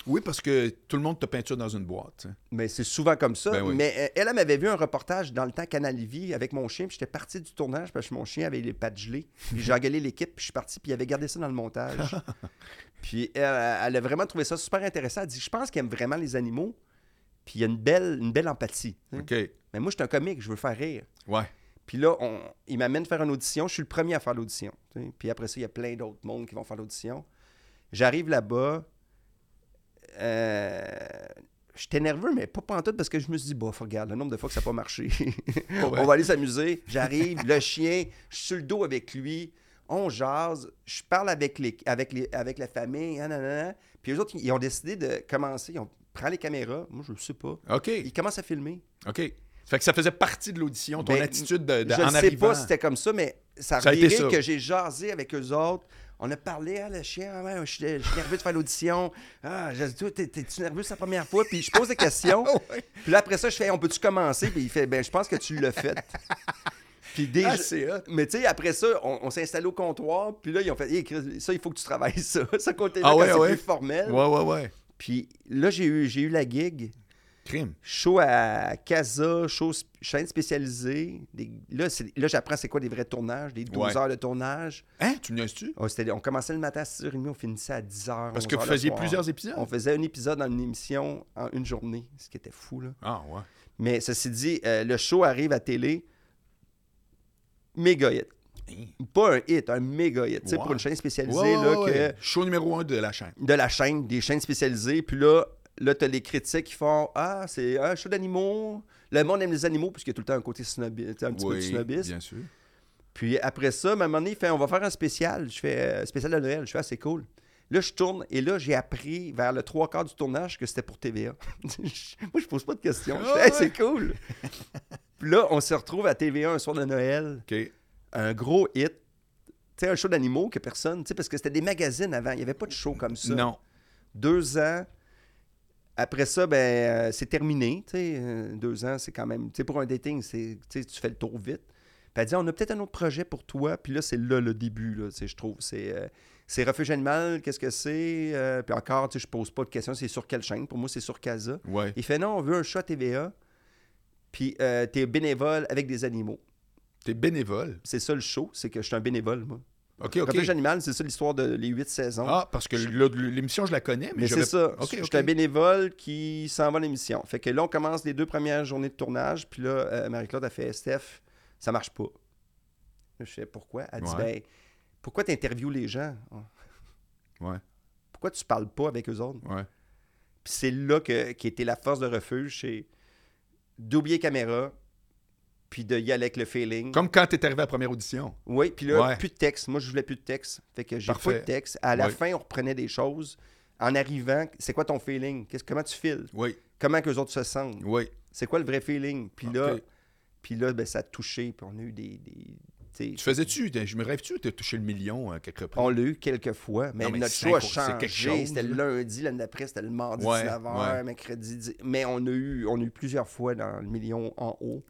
S1: Oui, parce que tout le monde te peinture dans une boîte. hein.
S2: Mais c'est souvent comme ça.
S1: Ben oui.
S2: Mais euh, elle, elle m'avait vu un reportage dans le temps Canal Vie avec mon chien. Puis j'étais parti du tournage parce que mon chien avait les pattes gelées. Puis j'ai engueulé l'équipe. Puis je suis parti. Puis il avait gardé ça dans
S1: *laughs*
S2: le montage. puis elle, elle a vraiment trouvé ça super intéressant. Elle dit Je pense qu'elle aime vraiment les animaux. Puis il y a une belle, une belle empathie. tu sais.
S1: OK.
S2: Mais moi, je suis un comique. Je veux faire rire.
S1: Ouais.
S2: Puis là, on, il m'amène faire une audition. Je suis le premier à faire l'audition. tu sais. Puis après ça, il y a plein d'autres mondes qui vont faire l'audition. J'arrive là-bas. euh, J'étais nerveux, mais pas pantoute parce que je me suis dit, bof, regarde, le nombre de fois que ça n'a pas marché. on va aller s'amuser. J'arrive, le chien, je suis sur le dos avec lui. On jase, je parle avec, les, avec, les, avec la famille. nanana. Puis eux autres, ils ont décidé de commencer. Ils ont pris les caméras. Moi, je ne sais pas.
S1: OK.
S2: Ils commencent à filmer.
S1: OK. Fait que ça faisait partie de l'audition, ton
S2: Ben,
S1: attitude de, de-
S2: je
S1: en
S2: ne sais
S1: arrivant.
S2: pas si c'était comme ça, mais ça,
S1: Ça a été
S2: revirait
S1: ça.
S2: que j'ai jasé avec eux autres. On a parlé, ah, le chien, ah ouais, je suis je suis nerveux de faire l'audition. Ah, je dis, toi, t'es- t'es-tu nerveux c'est la première fois? Puis je pose
S1: *laughs*
S2: des questions.
S1: Ah, ouais.
S2: Puis là, après ça, je fais, on peut-tu commencer? Puis il fait, ben, je pense que tu l'as fait. Puis déjà.
S1: Ah, c'est hot.
S2: mais tu sais, après ça, on, on s'est installé au comptoir, puis là, ils ont fait Hey, Chris, ça, il faut que tu travailles *laughs* ça. Ce côté-là,
S1: Ah
S2: quand
S1: ouais,
S2: c'est
S1: ouais.
S2: plus formel.
S1: Ouais, ouais, ouais.
S2: Puis là, j'ai eu, j'ai eu la gig
S1: Crime.
S2: show à Casa, show sp- chaîne spécialisée. Des- là, c'est- là, j'apprends c'est quoi des vrais tournages, des 12
S1: Ouais.
S2: heures de tournage.
S1: Hein? Tu me tu
S2: Oh, c'était- on commençait le matin à 6h30, on finissait à 10h.
S1: Parce que vous faisiez plusieurs épisodes.
S2: On faisait un épisode dans une émission en une journée, ce qui était fou. Là.
S1: Ah, ouais.
S2: Mais ceci dit, euh, le show arrive à télé. Méga hit.
S1: Hein.
S2: Pas un hit, un méga hit. Tu sais,
S1: Ouais.
S2: Pour une chaîne spécialisée,
S1: Ouais, ouais,
S2: là,
S1: ouais,
S2: que
S1: ouais. Show numéro un de la chaîne.
S2: de la chaîne, des chaînes spécialisées. Puis là, là t'as les critiques qui font Ah, c'est un show d'animaux. Le monde aime les animaux, puisqu'il y a tout le temps un côté snobiste, un petit peu de
S1: Oui,
S2: snobisme.
S1: bien sûr.
S2: Puis après ça, ben, à un moment donné, il fait On va faire un spécial. Je fais euh, spécial de Noël. Je fais Ah, c'est cool. Là, je tourne et là, j'ai appris vers le trois quarts du tournage que c'était pour TVA. *laughs* Moi, je pose pas de questions. Je fais,
S1: Ah
S2: Hey,
S1: ouais.
S2: c'est cool. Puis là, on se retrouve à TVA un soir de Noël
S1: OK.
S2: un gros hit. Tu sais, un show d'animaux que personne. Tu sais, parce que c'était des magazines avant. Il n'y avait pas de show comme ça.
S1: Non.
S2: Deux ans. Après ça, ben, euh, c'est terminé. tu sais, euh, deux ans, c'est quand même. Tu sais, pour un dating, c'est, tu sais, tu fais le tour vite. Puis elle dit On a peut-être un autre projet pour toi. Puis là, c'est là le début, là, tu sais, je trouve. C'est. euh, c'est Refuge Animal, qu'est-ce que c'est? Euh, puis encore, tu sais, je pose pas de questions, c'est sur quelle chaîne? Pour moi, c'est sur Casa.
S1: Ouais.
S2: Il fait non, on veut un chat TVA, puis euh, t'es bénévole avec des animaux.
S1: T'es bénévole.
S2: C'est ça le show, c'est que je suis un bénévole, moi.
S1: OK, OK.
S2: Refuge Animal, c'est ça l'histoire de les huit saisons.
S1: Ah, parce que le- l'émission, je la connais, mais,
S2: Mais
S1: j'avais-
S2: c'est ça.
S1: Ok,
S2: je
S1: ok.
S2: suis un bénévole qui s'en va à l'émission. Fait que là, on commence les deux premières journées de tournage. Puis là, euh, Marie-Claude a fait Steph, ça marche pas. Je fais pourquoi Elle dit
S1: Ouais.
S2: ben, pourquoi tu interviews les gens
S1: Ouais.
S2: Pourquoi tu parles pas avec eux autres
S1: Ouais.
S2: Puis c'est là que, qui était la force de refuge c'est d'oublier caméra, puis de y aller avec le feeling.
S1: Comme quand t'es arrivé à la première audition.
S2: Oui, puis là,
S1: Ouais.
S2: plus de texte. Moi, je voulais plus de texte. Fait que j'ai
S1: Parfait.
S2: pas de texte. À la
S1: Ouais.
S2: fin, on reprenait des choses. En arrivant, c'est quoi ton feeling? Qu'est-ce- comment tu files?
S1: Oui,
S2: Comment que les autres se sentent?
S1: oui.
S2: C'est quoi le vrai feeling? Puis là,
S1: Ok.
S2: puis là ben, ça a touché. Puis on a eu des. des- tu sais,
S1: Tu faisais-tu, je me rêve-tu de toucher le million hein, à quelques reprises?
S2: on l'a eu quelques fois, mais,
S1: Non, mais
S2: notre
S1: cinq
S2: choix a
S1: pour- c'est quelque
S2: changé.
S1: chose,
S2: C'était le lundi, l'année d'après, c'était le mardi
S1: Ouais,
S2: 19h,
S1: ouais.
S2: mercredi. dix- Mais on a, eu, on a eu plusieurs fois dans le million en haut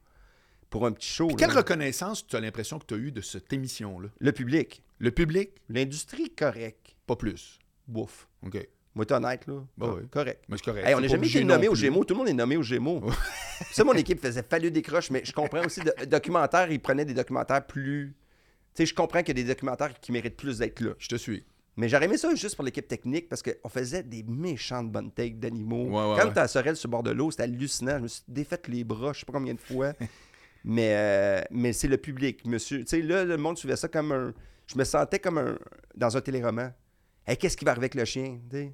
S2: pour un petit show.
S1: Puis quelle
S2: là.
S1: reconnaissance tu as l'impression que tu as eue de cette émission-là?
S2: Le public,
S1: Le public,
S2: l'industrie correcte.
S1: pas plus.
S2: Bouf.
S1: OK.
S2: Moi, t'es honnête, là.
S1: Ben
S2: Co-
S1: oui.
S2: Correct.
S1: Mais c'est correct.
S2: Hey, on
S1: C'est
S2: n'a
S1: pas
S2: jamais été
S1: obligé non
S2: nommé aux
S1: plus.
S2: Gémeaux. Tout le monde est nommé aux Gémeaux. ça, mon équipe faisait fallu des croches, mais je comprends aussi de, documentaires, ils prenaient des documentaires plus. Tu sais, je comprends qu'il y a des documentaires qui méritent plus d'être là.
S1: Je te suis.
S2: Mais j'aurais aimé ça juste pour l'équipe technique parce qu'on faisait des méchantes bonnes takes d'animaux.
S1: Ouais, ouais,
S2: Quand
S1: ouais.
S2: t'as la sorelle sur le bord de l'eau, c'était hallucinant. Je me suis défaite les bras, je sais pas combien de
S1: *laughs*
S2: fois. mais euh, mais c'est le public, monsieur. Tu sais, là, le monde suivait ça comme un. Je me sentais comme un. dans un téléroman. Hey, qu'est-ce qui va arriver avec le chien? Tu sais?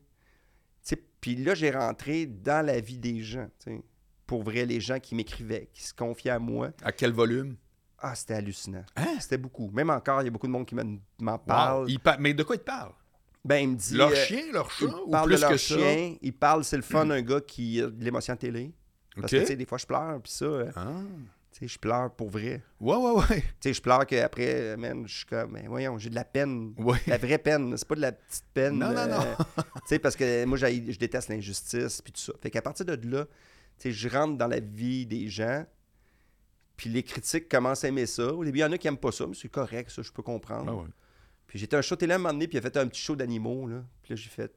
S2: Tu sais, Puis là, j'ai rentré dans la vie des gens. tu sais. Pour vrai, les gens qui m'écrivaient, qui se confiaient à moi.
S1: À quel volume?
S2: Ah, c'était hallucinant.
S1: Hein?
S2: C'était beaucoup. Même encore, il y a beaucoup de monde qui m'en- m'en parle.
S1: Wow. Ils par- Mais de quoi ils te parlent?
S2: Ben, il me dit.
S1: Leur
S2: euh,
S1: chien, leur chat
S2: ils
S1: Hein, ou
S2: parlent
S1: plus
S2: de leur
S1: que ça? Hmm.
S2: chien, ils parlent, c'est le fun, un gars qui a de l'émotion à télé. Parce que, tu sais, des fois, je pleure, puis ça, euh,
S1: Ah.
S2: tu sais, je pleure pour vrai.
S1: Ouais, ouais, ouais. *laughs*
S2: Tu sais, je pleure qu'après, euh, man, je suis comme, mais voyons, j'ai de la peine.
S1: Ouais. *laughs*
S2: La vraie peine, c'est pas de la petite peine.
S1: Non,
S2: euh,
S1: non, non.
S2: tu sais, parce que moi, j'haïs- je déteste l'injustice, puis tout ça. Fait qu'à partir de là, tu sais, je rentre dans la vie des gens, puis les critiques commencent à aimer ça. Au début, il y en a qui aiment pas ça, mais c'est correct, ça, je peux comprendre.
S1: Ah ouais.
S2: Puis j'étais à un show télé à un moment donné, puis il a fait un petit show d'animaux, là. Puis là, j'ai fait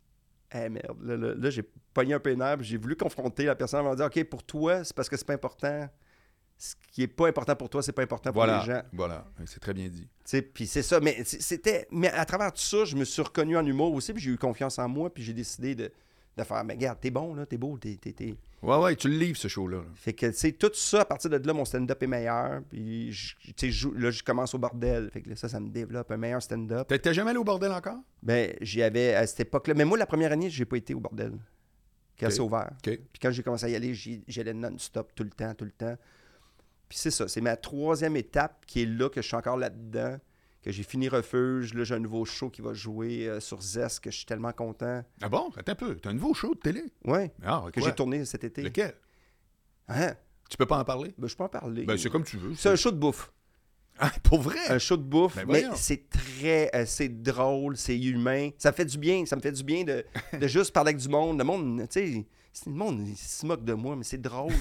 S2: « Ah, merde! » Là, là, là, j'ai pogné un peu les nerfs, puis j'ai voulu confronter la personne avant de dire « OK, pour toi, c'est parce que c'est pas important. Ce qui est pas important pour toi, c'est pas important pour les gens.
S1: Voilà, voilà. C'est très bien dit. »
S2: Tu sais, puis c'est ça. Mais c- c'était... Mais à travers tout ça, je me suis reconnu en humour aussi, puis j'ai eu confiance en moi, puis j'ai décidé de, de faire « Mais regarde, t'es bon, là, t'es beau, t'es... t'es- t'es-
S1: Ouais, ouais, tu le livres, ce show-là.
S2: Fait que, tu sais, tout ça, à partir de là, mon stand-up est meilleur. Puis, je- tu sais, je- là, je commence au bordel. Fait que là, ça, ça me développe un meilleur stand-up.
S1: T'es t'es jamais allé au bordel encore?
S2: Ben, j'y avais à cette époque-là. Mais moi, la première année, j'ai pas été au bordel. Quand
S1: Ok.
S2: c'est ouvert.
S1: OK.
S2: Puis quand j'ai commencé à y aller, j'y j'y allais non-stop, tout le temps, tout le temps. Puis c'est ça, c'est ma troisième étape qui est là, que je suis encore là-dedans, que j'ai fini Refuge. Là, j'ai un nouveau show qui va jouer euh, sur Zest, que je suis tellement content.
S1: Ah bon? Attends un peu. T'as un nouveau show de télé?
S2: Ouais,
S1: Ah,
S2: que
S1: quoi?
S2: j'ai tourné cet été.
S1: Lequel?
S2: Hein?
S1: Tu peux pas en parler?
S2: Ben, je peux en parler.
S1: Ben, c'est comme tu veux.
S2: C'est un show de bouffe.
S1: Ah, pour vrai?
S2: un show de bouffe,
S1: Ben
S2: mais
S1: voyons.
S2: c'est très, euh, c'est drôle, c'est humain. Ça fait du bien, ça me fait du bien de, de juste parler avec du monde. Le monde, tu sais, c'est- le monde, il se moque de moi, mais
S1: *laughs*
S2: c'est drôle.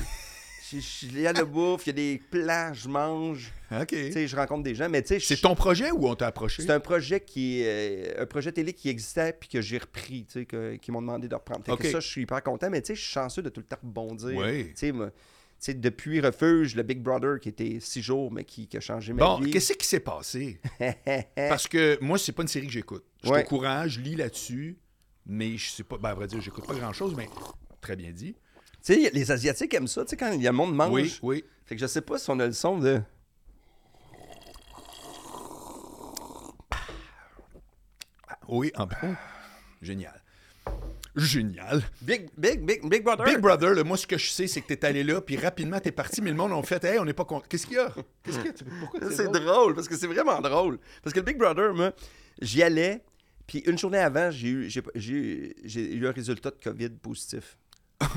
S2: Je- je- Il y a la bouffe, il y a des plats, je mange,
S1: OK.
S2: tu sais, je rencontre des gens, mais tu sais,
S1: C'est
S2: je-
S1: ton projet ou on t'a approché?
S2: Euh, c'est un projet qui, est, euh, un projet télé qui existait puis que j'ai repris, tu sais, que- qu'ils m'ont demandé de reprendre. Fait que
S1: Ok.
S2: ça, je suis hyper content, mais tu sais, je suis chanceux de tout le temps rebondir.
S1: Oui.
S2: Tu sais, moi, tu sais, depuis Refuge, le Big Brother qui était six jours, mais qui, qui a changé ma
S1: Bon,
S2: vie.
S1: qu'est-ce qui s'est passé?
S2: *laughs*
S1: Parce que moi, c'est pas une série que j'écoute. Je suis
S2: Ouais.
S1: au courant, je lis là-dessus, mais je sais pas. Ben, à vrai dire, j'écoute pas grand-chose, mais très bien dit.
S2: Tu sais, les Asiatiques aiment ça, tu sais, quand il y a le monde mange.
S1: Oui, oui.
S2: Fait que Ah, je sais pas si on a le son de.
S1: Oui, en plus. Génial. Génial.
S2: Big, big, big, big brother.
S1: Big Brother, là, moi, ce que je sais, c'est que t'es allé là, puis rapidement, t'es parti, mais le monde, on fait, hey, on n'est pas content. Qu'est-ce qu'il y a? Qu'est-ce qu'il y a? Pourquoi
S2: Ça,
S1: c'est
S2: c'est
S1: drôle?
S2: drôle, parce que c'est vraiment drôle. Parce que le Big Brother, moi, j'y allais, puis une journée avant, j'ai eu, j'ai, j'ai eu- j'ai eu un résultat de COVID positif.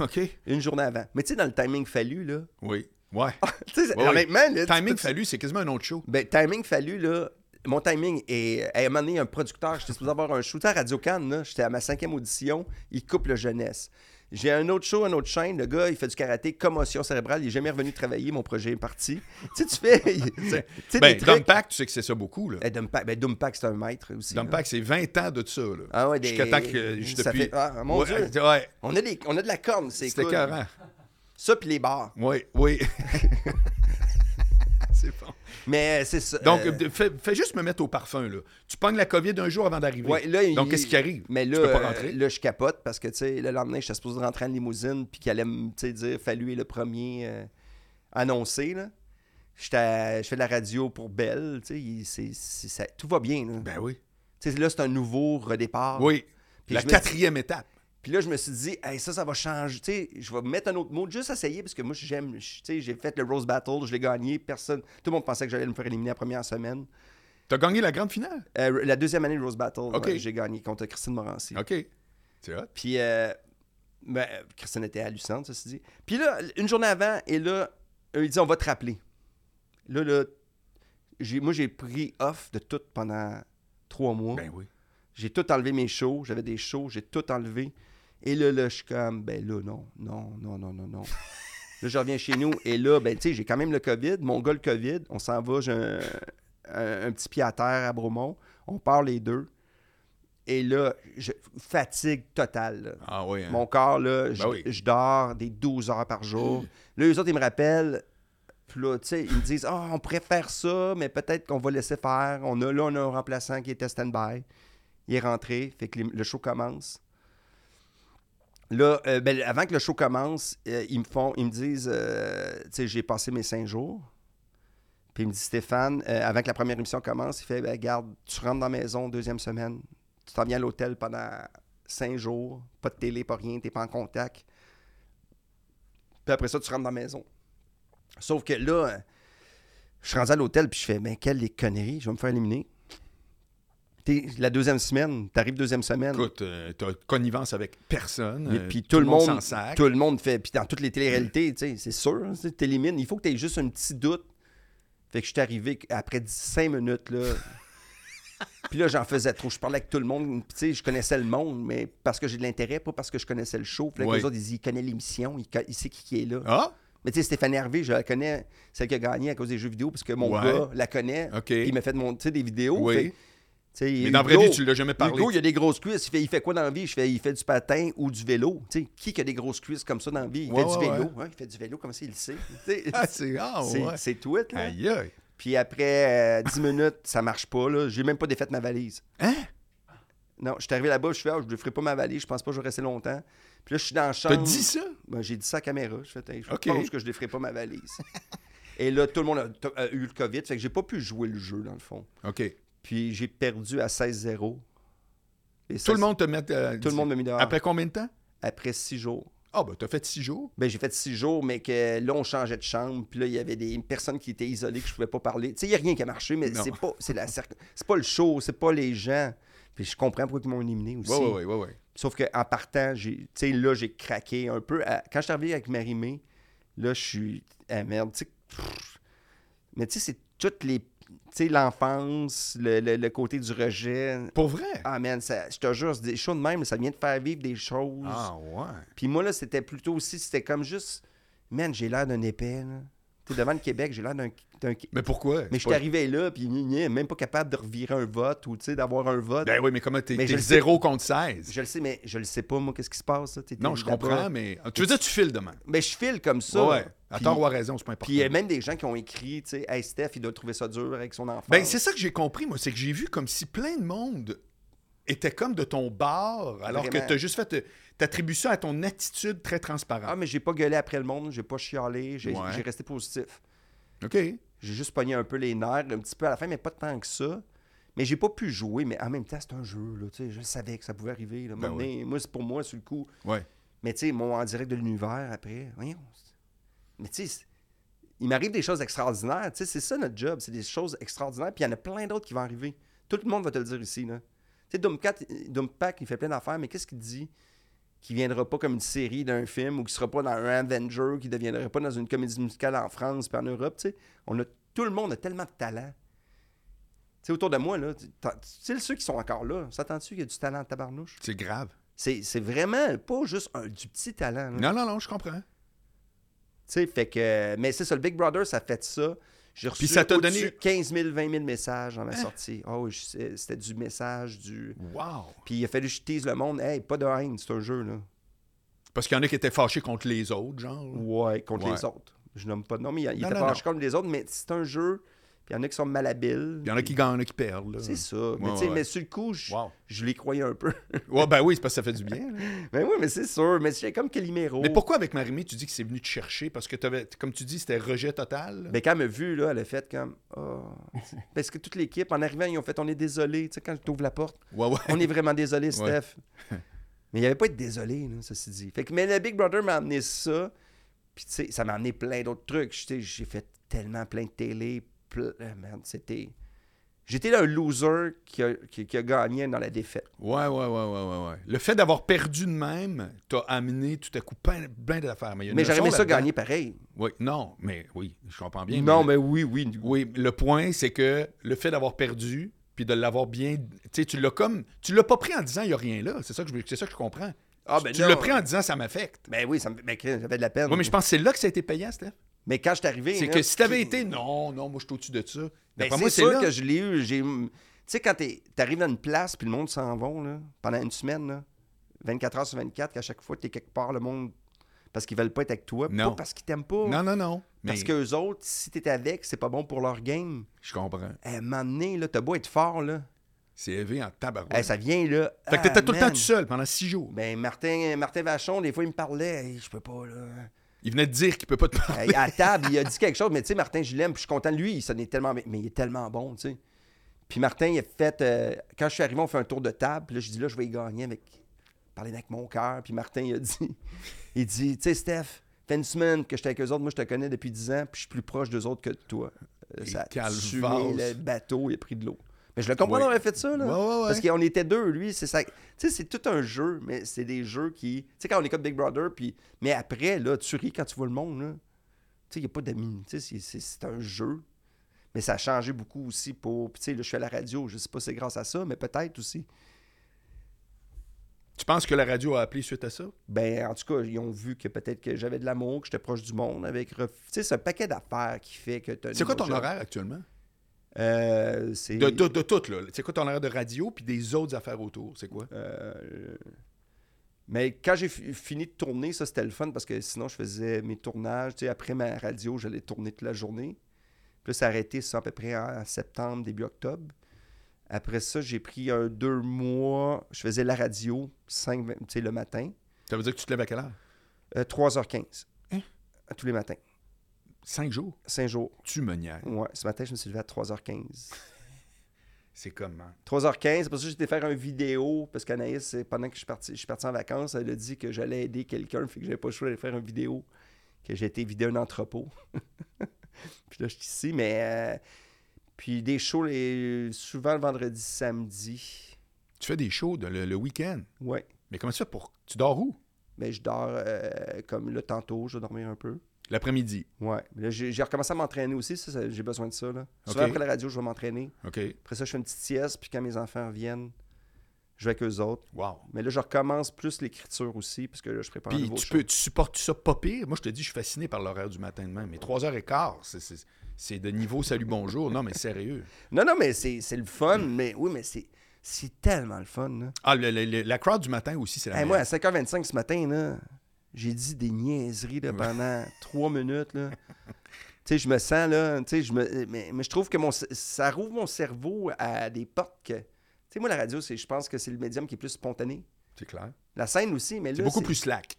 S1: OK.
S2: Une journée avant. Mais tu sais, dans le timing fallu, là. *laughs*
S1: Oui. Ouais.
S2: tu sais,
S1: Ouais, ouais.
S2: honnêtement, là, Ah, tu
S1: Timing
S2: peux-
S1: fallu, c'est quasiment un autre show.
S2: Ben, timing fallu, là. Mon timing est. À un moment donné, il y a un producteur, j'étais supposé avoir un shooter à Radio Cannes, là. J'étais à ma cinquième audition, il coupe le jeunesse. J'ai un autre show, une autre chaîne. Le gars, il fait du karaté, commotion cérébrale. Il n'est jamais revenu travailler. Mon projet est parti. *laughs* tu sais, tu fais. tu sais,
S1: Ben,
S2: des trucs-
S1: Dumpack, tu sais que c'est ça beaucoup. Là.
S2: Eh, Dumpak, ben, Dumpak, c'est un maître aussi. là.
S1: Dumpack, c'est 20 ans de ça. Là.
S2: Ah ouais, des-
S1: Jusqu'à temps que. juste
S2: ça
S1: depuis-
S2: fait- ah, mon
S1: Ouais,
S2: Dieu.
S1: ouais,
S2: On a, des, on a de la corne, c'est
S1: c'était
S2: cool.
S1: carré.
S2: Ça, puis les bars.
S1: Oui,
S2: *laughs*
S1: oui. c'est bon.
S2: Mais euh, c'est ça.
S1: Donc,
S2: euh,
S1: de- fais, fais juste me mettre au parfum. Là. Tu pognes la COVID un jour avant d'arriver.
S2: ouais, là, il-
S1: Donc, qu'est-ce qui arrive?
S2: Mais là,
S1: tu peux pas
S2: euh,
S1: rentrer.
S2: là, je capote parce que, tu sais, le lendemain, j'étais supposé rentrer en limousine puis qu'il allait me tu sais, dire Fallu est le premier euh, annoncé. Là. J'étais à- Je fais de la radio pour Belle. Tu sais, il- c'est- c'est- ça- tout va bien. Là.
S1: Ben oui.
S2: Tu sais, là, c'est un nouveau redépart.
S1: Oui.
S2: Puis
S1: la
S2: je me-
S1: quatrième étape.
S2: Puis là, je me suis dit, Hey, ça, ça va changer. Tu sais, je vais mettre un autre mot, juste essayer, parce que moi, j'aime. je- Tu sais, j'ai fait le Rose Battle, je l'ai gagné. Personne, tout le monde pensait que j'allais me faire éliminer la première semaine.
S1: T'as gagné la grande finale.
S2: Euh, la deuxième année de Rose Battle,
S1: Ok.
S2: ouais, j'ai gagné contre Christine Morancy.
S1: OK. C'est hot.
S2: Puis, euh, ben, Christine était hallucinante, ça se dit. Puis là, une journée avant, et là, eux, ils disent, on va te rappeler. Là, là, j'ai- moi, j'ai pris off de tout pendant trois mois.
S1: Ben oui.
S2: J'ai tout enlevé mes shows. J'avais des shows, j'ai tout enlevé. Et là, là, je suis comme, ben là, non, non, non, non, non, non. là, je reviens chez nous et là, ben, tu sais, j'ai quand même le COVID. Mon gars, le COVID, on s'en va, j'ai un, un- un petit pied à terre à Bromont. On part les deux. Et là, je, fatigue totale. là.
S1: Ah oui. hein.
S2: Mon corps, là, je,
S1: Ben oui.
S2: je dors des 12 heures par jour. Là, les autres, ils me rappellent. Puis là, tu sais, ils me disent Ah, on préfère ça, mais peut-être qu'on va laisser faire. On a, là, on a un remplaçant qui était stand-by. Il est rentré, fait que les- le show commence. Là, euh, ben, avant que le show commence, euh, ils me font, ils me disent, euh, tu sais, j'ai passé mes cinq jours. Puis il me dit, Stéphane, euh, avant que la première émission commence, il fait, ben, garde, tu rentres dans la maison deuxième semaine, tu t'en viens à l'hôtel pendant cinq jours, pas de télé, pas rien, t'es pas en contact. Puis après ça, tu rentres dans la maison. Sauf que là, euh, je suis rendu à l'hôtel, puis je fais, ben, quelle les conneries, je vais me faire éliminer. T'es- la deuxième semaine, t'arrives deuxième semaine.
S1: Écoute, euh, t'as connivence avec personne.
S2: Et
S1: euh,
S2: puis tout le monde,
S1: s'en sacre.
S2: tout le monde fait. Puis dans toutes les téléréalités, tu sais, c'est sûr, hein, tu t'élimines. Il faut que tu aies juste un petit doute. Fait que je suis arrivé qu- après 5 minutes,
S1: *laughs*
S2: là. puis là, j'en faisais trop. Je parlais avec tout le monde. Puis, tu sais, je connaissais le monde, mais parce que j'ai de l'intérêt, pas parce que je connaissais le show. Puis là, que
S1: Ouais.
S2: les autres, ils disent, il connaît l'émission, il, co- il sait qui, qui est là.
S1: Ah,
S2: Mais tu sais, Stéphanie Hervé, je la connais, celle qui a gagné à cause des jeux vidéo, parce que mon
S1: Ouais.
S2: gars la connaît.
S1: OK.
S2: Puis Il m'a fait monter des vidéos.
S1: Oui.
S2: Fait que, tu sais,
S1: mais dans la vraie
S2: Hugo-
S1: vie, tu l'as jamais parlé.
S2: Hugo, il a des grosses cuisses. Il fait, il fait quoi dans la vie? Je fais, il fait du patin ou du vélo. Tu sais, qui qui a des grosses cuisses comme ça dans la vie? Il
S1: Ouais,
S2: fait
S1: ouais,
S2: du vélo. hein, il fait du vélo comme ça, il
S1: *laughs*
S2: le sait. Tu sais,
S1: *laughs* Ah, c'est ah,
S2: c'est
S1: ouais.
S2: c'est tweet, là.
S1: Aïe, aïe.
S2: Puis après euh, 10 minutes, ça marche pas. là. J'ai même pas défait ma valise.
S1: Hein?
S2: Non, je suis arrivé là-bas, je fais, ah, je ne ferai pas ma valise. Je pense pas que je vais rester longtemps. Puis là, je suis dans la chambre.
S1: T'as dit ça?
S2: Ben, j'ai dit ça à la caméra. Je, fais, Hey, je
S1: Ok.
S2: pense que je ne ferai pas
S1: *laughs*
S2: ma valise. Et là, tout le monde a, t- a eu le COVID. Fait que j'ai pas pu jouer le jeu, dans le fond.
S1: OK.
S2: Puis j'ai perdu à 16-0. Et
S1: Tout
S2: ça,
S1: le monde te met. euh,
S2: tout le monde m'a mis dehors.
S1: Après combien de temps?
S2: après six jours.
S1: Ah, ben, t'as fait six jours.
S2: Ben, j'ai fait six jours, mais que là, on changeait de chambre. Puis là, il y avait des personnes qui étaient isolées que je pouvais pas parler. Tu sais, il n'y a rien qui a marché, mais
S1: Non.
S2: c'est pas, c'est la cir- c'est pas le show, c'est pas les gens. Puis je comprends pourquoi ils m'ont éliminé aussi.
S1: Oui, oui, oui, oui.
S2: Sauf qu'en partant, j'ai, tu sais, là, j'ai craqué un peu. À- Quand je suis arrivé avec Marie-Mé, là, je suis. Ah merde, tu sais. pff. Mais tu sais, c'est toutes les. Tu sais, l'enfance, le- le- le côté du rejet.
S1: Pour vrai?
S2: Ah, man, ça, je te jure, c'est des choses de même, ça vient de faire vivre des choses.
S1: Ah, ouais.
S2: Puis moi, là, c'était plutôt aussi, c'était comme juste, man, j'ai l'air d'un épais, là. Tu sais, devant le Québec, j'ai l'air d'un. d'un-
S1: Mais pourquoi?
S2: Mais je suis
S1: Ben, Pas-
S2: arrivé là, puis gna, gna, même pas capable de revirer un vote ou, tu sais, d'avoir un vote.
S1: Ben oui, mais comment t'es
S2: Mais je
S1: t'es
S2: le sais.
S1: zéro contre 16?
S2: Je le sais, mais je le sais pas, moi, qu'est-ce qui se passe, là. T'étais
S1: Non, je
S2: là-bas.
S1: comprends, mais. Tu veux dire, tu files demain?
S2: Mais je file comme ça.
S1: Ouais, ouais. À
S2: Puis-
S1: tort ou à raison, c'est pas important.
S2: Puis il y a même des gens qui ont écrit, tu sais, Hey Steph, il doit trouver ça dur avec son enfant.
S1: Ben, c'est ça que j'ai compris, moi. C'est que j'ai vu comme si plein de monde était comme de ton bord, alors que
S2: Vraiment.
S1: t'as juste fait. euh, T'attribues ça à ton attitude très
S2: Ah,
S1: transparente.
S2: mais j'ai pas gueulé après le monde, j'ai pas chialé, j'ai
S1: Ouais.
S2: j'ai resté positif. Ah,
S1: OK.
S2: J'ai juste pogné un peu les nerfs, un petit peu à la fin, mais pas tant que ça. Mais j'ai pas pu jouer, mais en même temps, c'est un jeu. Là, tu sais, je savais que ça pouvait arriver. là.
S1: Ben
S2: Maintenant, Moi, c'est pour moi, sur le coup.
S1: Ouais.
S2: Mais tu sais, mon en direct de l'univers après, voyons. c'est- Mais tu sais, c'est- il m'arrive des choses extraordinaires. Tu sais, c'est ça notre job, c'est des choses extraordinaires. Puis il y en a plein d'autres qui vont arriver. Tout le monde va te le dire ici. Là. Tu sais, Doomcat, Doompack, il fait plein d'affaires, mais qu'est-ce qu'il dit Qui viendra pas comme une série d'un film ou qui sera pas dans un Avenger, qui ne deviendra pas dans une comédie musicale en France puis en Europe. Tu sais, on a, tout le monde a tellement de talent. Tu sais, autour de moi, là, tu t'en- tu sais, ceux qui sont encore là, s'entends-tu qu'il y a du talent en tabarnouche?
S1: C'est grave.
S2: C'est c'est vraiment pas juste un, du petit talent. là.
S1: Non, non, non, je comprends.
S2: Tu sais, fait que. Mais c'est ça, le Big Brother, ça fait de ça. J'ai reçu
S1: Puis ça t'a
S2: au-dessus
S1: donné- Hein?
S2: de 15 000, 20 000 messages dans ma sortie. Oh, je sais, c'était du message, du.
S1: Wow!
S2: Puis il a fallu que je tease le monde. Hey, pas de haine, c'est un jeu, là.
S1: Parce qu'il y en a qui étaient fâchés contre les autres, genre.
S2: Ouais, contre
S1: Ouais.
S2: les autres. Je nomme pas de nom, mais il, il
S1: Non,
S2: était
S1: non,
S2: fâché contre les autres, mais c'est un jeu. Puis il y en a qui sont malhabiles.
S1: Il y en a qui gagnent, il y en a qui perdent. là.
S2: C'est ça. mais, tu sais,
S1: ouais, ouais.
S2: mais sur le coup, je,
S1: Wow.
S2: je les croyais un peu. *laughs*
S1: Ouais, ben oui, c'est parce que ça fait du bien. là.
S2: mais oui, mais c'est sûr. Mais c'est comme Calimero.
S1: Mais pourquoi avec Marimé, tu dis que c'est venu te chercher? Parce que, t'avais- comme tu dis, c'était rejet total. là.
S2: Mais quand elle m'a vu, là, elle a fait comme. Oh.
S1: *laughs*
S2: Parce que toute l'équipe, en arrivant, ils ont fait On est désolé. Tu sais, quand je t'ouvre la porte,
S1: Ouais, ouais.
S2: on est vraiment désolé, Steph.
S1: Ouais. *laughs*
S2: mais il n'y avait pas de désolé, là, ceci dit. Fait que, mais le Big Brother m'a amené ça. Puis, tu sais, ça m'a amené plein d'autres trucs. Tu sais, J'ai fait tellement plein de télé. ple- ah, merde, c'était. J'étais là un loser qui a, qui- qui a gagné dans la défaite.
S1: Ouais, ouais, ouais, ouais, ouais, ouais. Le fait d'avoir perdu de même, t'as amené tout à coup plein, plein d'affaires. Mais, il y a une
S2: Mais j'aurais
S1: leçon
S2: aimé ça
S1: là-dedans.
S2: gagner pareil.
S1: Oui, non, mais oui, je comprends bien.
S2: non, mais oui, oui.
S1: Oui, le point, c'est que le fait d'avoir perdu, puis de l'avoir bien. Tu sais, tu l'as comme. Tu l'as pas pris en disant, il n'y a rien là. C'est ça, que je... c'est ça que je comprends.
S2: Ah,
S1: Tu-
S2: ben
S1: tu
S2: non.
S1: l'as pris en disant, ça m'affecte.
S2: Ben oui, ça me ben, Chris, j'avais de la peine.
S1: Oui, mais je pense que c'est là que ça a été payant, Steph.
S2: Mais quand je suis arrivé.
S1: C'est
S2: là,
S1: que si t'avais
S2: qui-
S1: été, non, non, moi, je suis au-dessus de ça.
S2: Ben,
S1: D'après
S2: c'est
S1: moi, c'est
S2: sûr
S1: là.
S2: que je l'ai eu. J'ai... Tu sais, quand t'es- t'arrives dans une place puis le monde s'en va là, pendant une semaine, là, 24 heures sur 24, qu'à chaque fois t'es quelque part, le monde. Parce qu'ils veulent pas être avec toi.
S1: Non.
S2: Pas parce qu'ils t'aiment pas.
S1: Non, non, non. Mais
S2: Parce qu'eux autres, si t'es avec, c'est pas bon pour leur game. Eh,
S1: Je comprends.
S2: À un moment donné, là, t'as beau être fort, là.
S1: C'est élevé en tabarouette.
S2: eh, ça vient, là.
S1: Fait que
S2: Ah,
S1: t'étais tout le temps
S2: man.
S1: tout seul pendant six jours.
S2: Ben, Martin, Martin Vachon, des fois, il me parlait. Hey, je peux pas, là.
S1: Il venait de dire qu'il peut pas te parler.
S2: Hey, Euh, à table, il a dit quelque chose, mais tu sais, Martin, je l'aime, puis je suis content de lui, il sonnait tellement, mais il est tellement bon, tu sais. Puis Martin, il a fait, euh, quand je suis arrivé, on fait un tour de table, puis là, je dis, là, je vais y gagner avec, parler avec mon cœur, puis Martin, il a dit, *laughs* il dit, tu sais, Steph, fait une semaine que j'étais avec eux autres, moi, je te connais depuis 10 ans, puis je suis plus proche d'eux autres que de toi. Euh,
S1: Et
S2: ça a
S1: calvasse.
S2: tué le bateau, il a pris de l'eau. Mais je le comprends
S1: Ouais.
S2: d'avoir fait ça, là.
S1: Ouais, ouais, ouais.
S2: Parce qu'on était deux, lui, c'est ça. Tu sais, c'est tout un jeu, mais c'est des jeux qui. Tu sais, quand on est comme Big Brother, puis. Mais après, là, tu ris quand tu vois le monde, là. Tu sais, il n'y a pas d'amis. Tu sais, c'est- c'est- c'est un jeu. Mais ça a changé beaucoup aussi pour. Puis, tu sais, là, je suis à la radio, je sais pas si c'est grâce à ça, mais peut-être aussi.
S1: Tu penses que la radio a appelé suite à ça?
S2: Ben, en tout cas, ils ont vu que peut-être que j'avais de l'amour, que j'étais proche du monde avec. ref- Tu sais, c'est un paquet d'affaires qui fait que t'as.
S1: C'est quoi ton
S2: job.
S1: horaire actuellement?
S2: Euh, c'est.
S1: De, de, de tout, là. C'est quoi ton horaire de radio puis des autres affaires autour? C'est quoi?
S2: Euh, Mais quand j'ai fi- fini de tourner, ça c'était le fun parce que sinon je faisais mes tournages. Tu sais, après ma radio, j'allais tourner toute la journée. Puis là, ça a arrêté ça à peu près en septembre, début octobre. Après ça, j'ai pris un deux mois. Je faisais la radio 5, tu sais, le matin,
S1: Ça veut dire que tu te lèves à quelle heure?
S2: euh, 3h15.
S1: Hein?
S2: À Tous les matins.
S1: Cinq jours?
S2: 5 jours.
S1: Tu me niaises.
S2: Ouais, ce matin, je me suis levé à 3h15.
S1: C'est comment?
S2: 3h15, parce que j'étais faire une vidéo, parce qu'Anaïs, euh, pendant que je suis parti, je suis parti en vacances, elle a dit que j'allais aider quelqu'un, fait que j'avais pas le choix d'aller faire une vidéo, que j'étais vidé un entrepôt. *laughs* puis là, je suis ici, mais... euh, puis des shows, les- souvent le vendredi, samedi.
S1: Tu fais des shows de- le, le week-end.
S2: Ouais.
S1: Mais comment tu fais pour. Tu dors où?
S2: Mais je dors euh, comme là, tantôt, je vais dormir un peu.
S1: L'après-midi.
S2: Ouais. Là, j'ai j'ai recommencé à m'entraîner aussi, ça, ça- j'ai besoin de ça, là. Souvent,
S1: Ok.
S2: après la radio, je vais m'entraîner.
S1: OK.
S2: Après ça, je fais une petite sieste, puis quand mes enfants reviennent, je vais avec eux autres.
S1: Wow.
S2: Mais là, je recommence plus l'écriture aussi, parce que là, je prépare un
S1: Puis
S2: nouveau
S1: tu,
S2: show.
S1: peux, tu supportes ça pas pire? Moi, je te dis, je suis fasciné par l'horaire du matin demain. Mais 3h15, c'est- c'est- c'est de niveau salut bonjour. Non, mais sérieux.
S2: Non, non, mais c'est c'est le fun. Mais oui, mais c'est c'est tellement le fun. là.
S1: Ah, le- le- le- la crowd du matin aussi, c'est la
S2: Hey,
S1: meilleure.
S2: moi, à 5h25 ce matin, là, j'ai dit des niaiseries
S1: *laughs*
S2: là, pendant trois minutes. là. Tu sais, je me sens là, tu sais, je me, mais, mais je trouve que mon, c- ça rouvre mon cerveau à des portes que, tu sais, moi la radio, c'est, je pense que c'est le médium qui est plus spontané.
S1: C'est clair.
S2: La scène aussi, mais là,
S1: C'est beaucoup plus slack.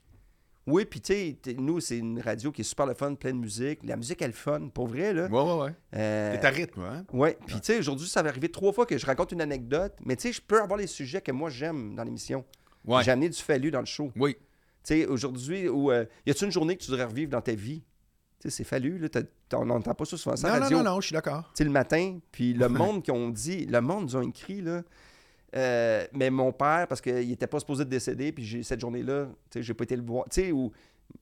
S2: Oui, puis tu sais, t'es- nous c'est une radio qui est super le fun, pleine de musique. La musique elle est fun, pour vrai là.
S1: Ouais, ouais, ouais.
S2: Euh,
S1: T'es à rythme, hein?
S2: Ouais, puis tu sais, aujourd'hui, ça va arriver trois fois que je raconte une anecdote, mais tu sais, je peux avoir les sujets que moi j'aime dans l'émission.
S1: Ouais.
S2: J'ai amené du fallu dans le show. Tu
S1: Oui.
S2: sais, aujourd'hui, où, euh, y a-tu une journée que tu devrais revivre dans ta vie? Tu sais, c'est fallu, là, t'as- t'en- on n'entend pas ça souvent ça à
S1: Non,
S2: la
S1: non,
S2: radio.
S1: non, non, je suis d'accord.
S2: Tu sais, le matin, puis le monde qui ont dit, le monde, ils ont écrit, là, euh, mais mon père, parce qu'il n'était pas supposé de décéder, puis j'ai- cette journée-là, tu sais, j'ai pas été le voir. Tu sais, ou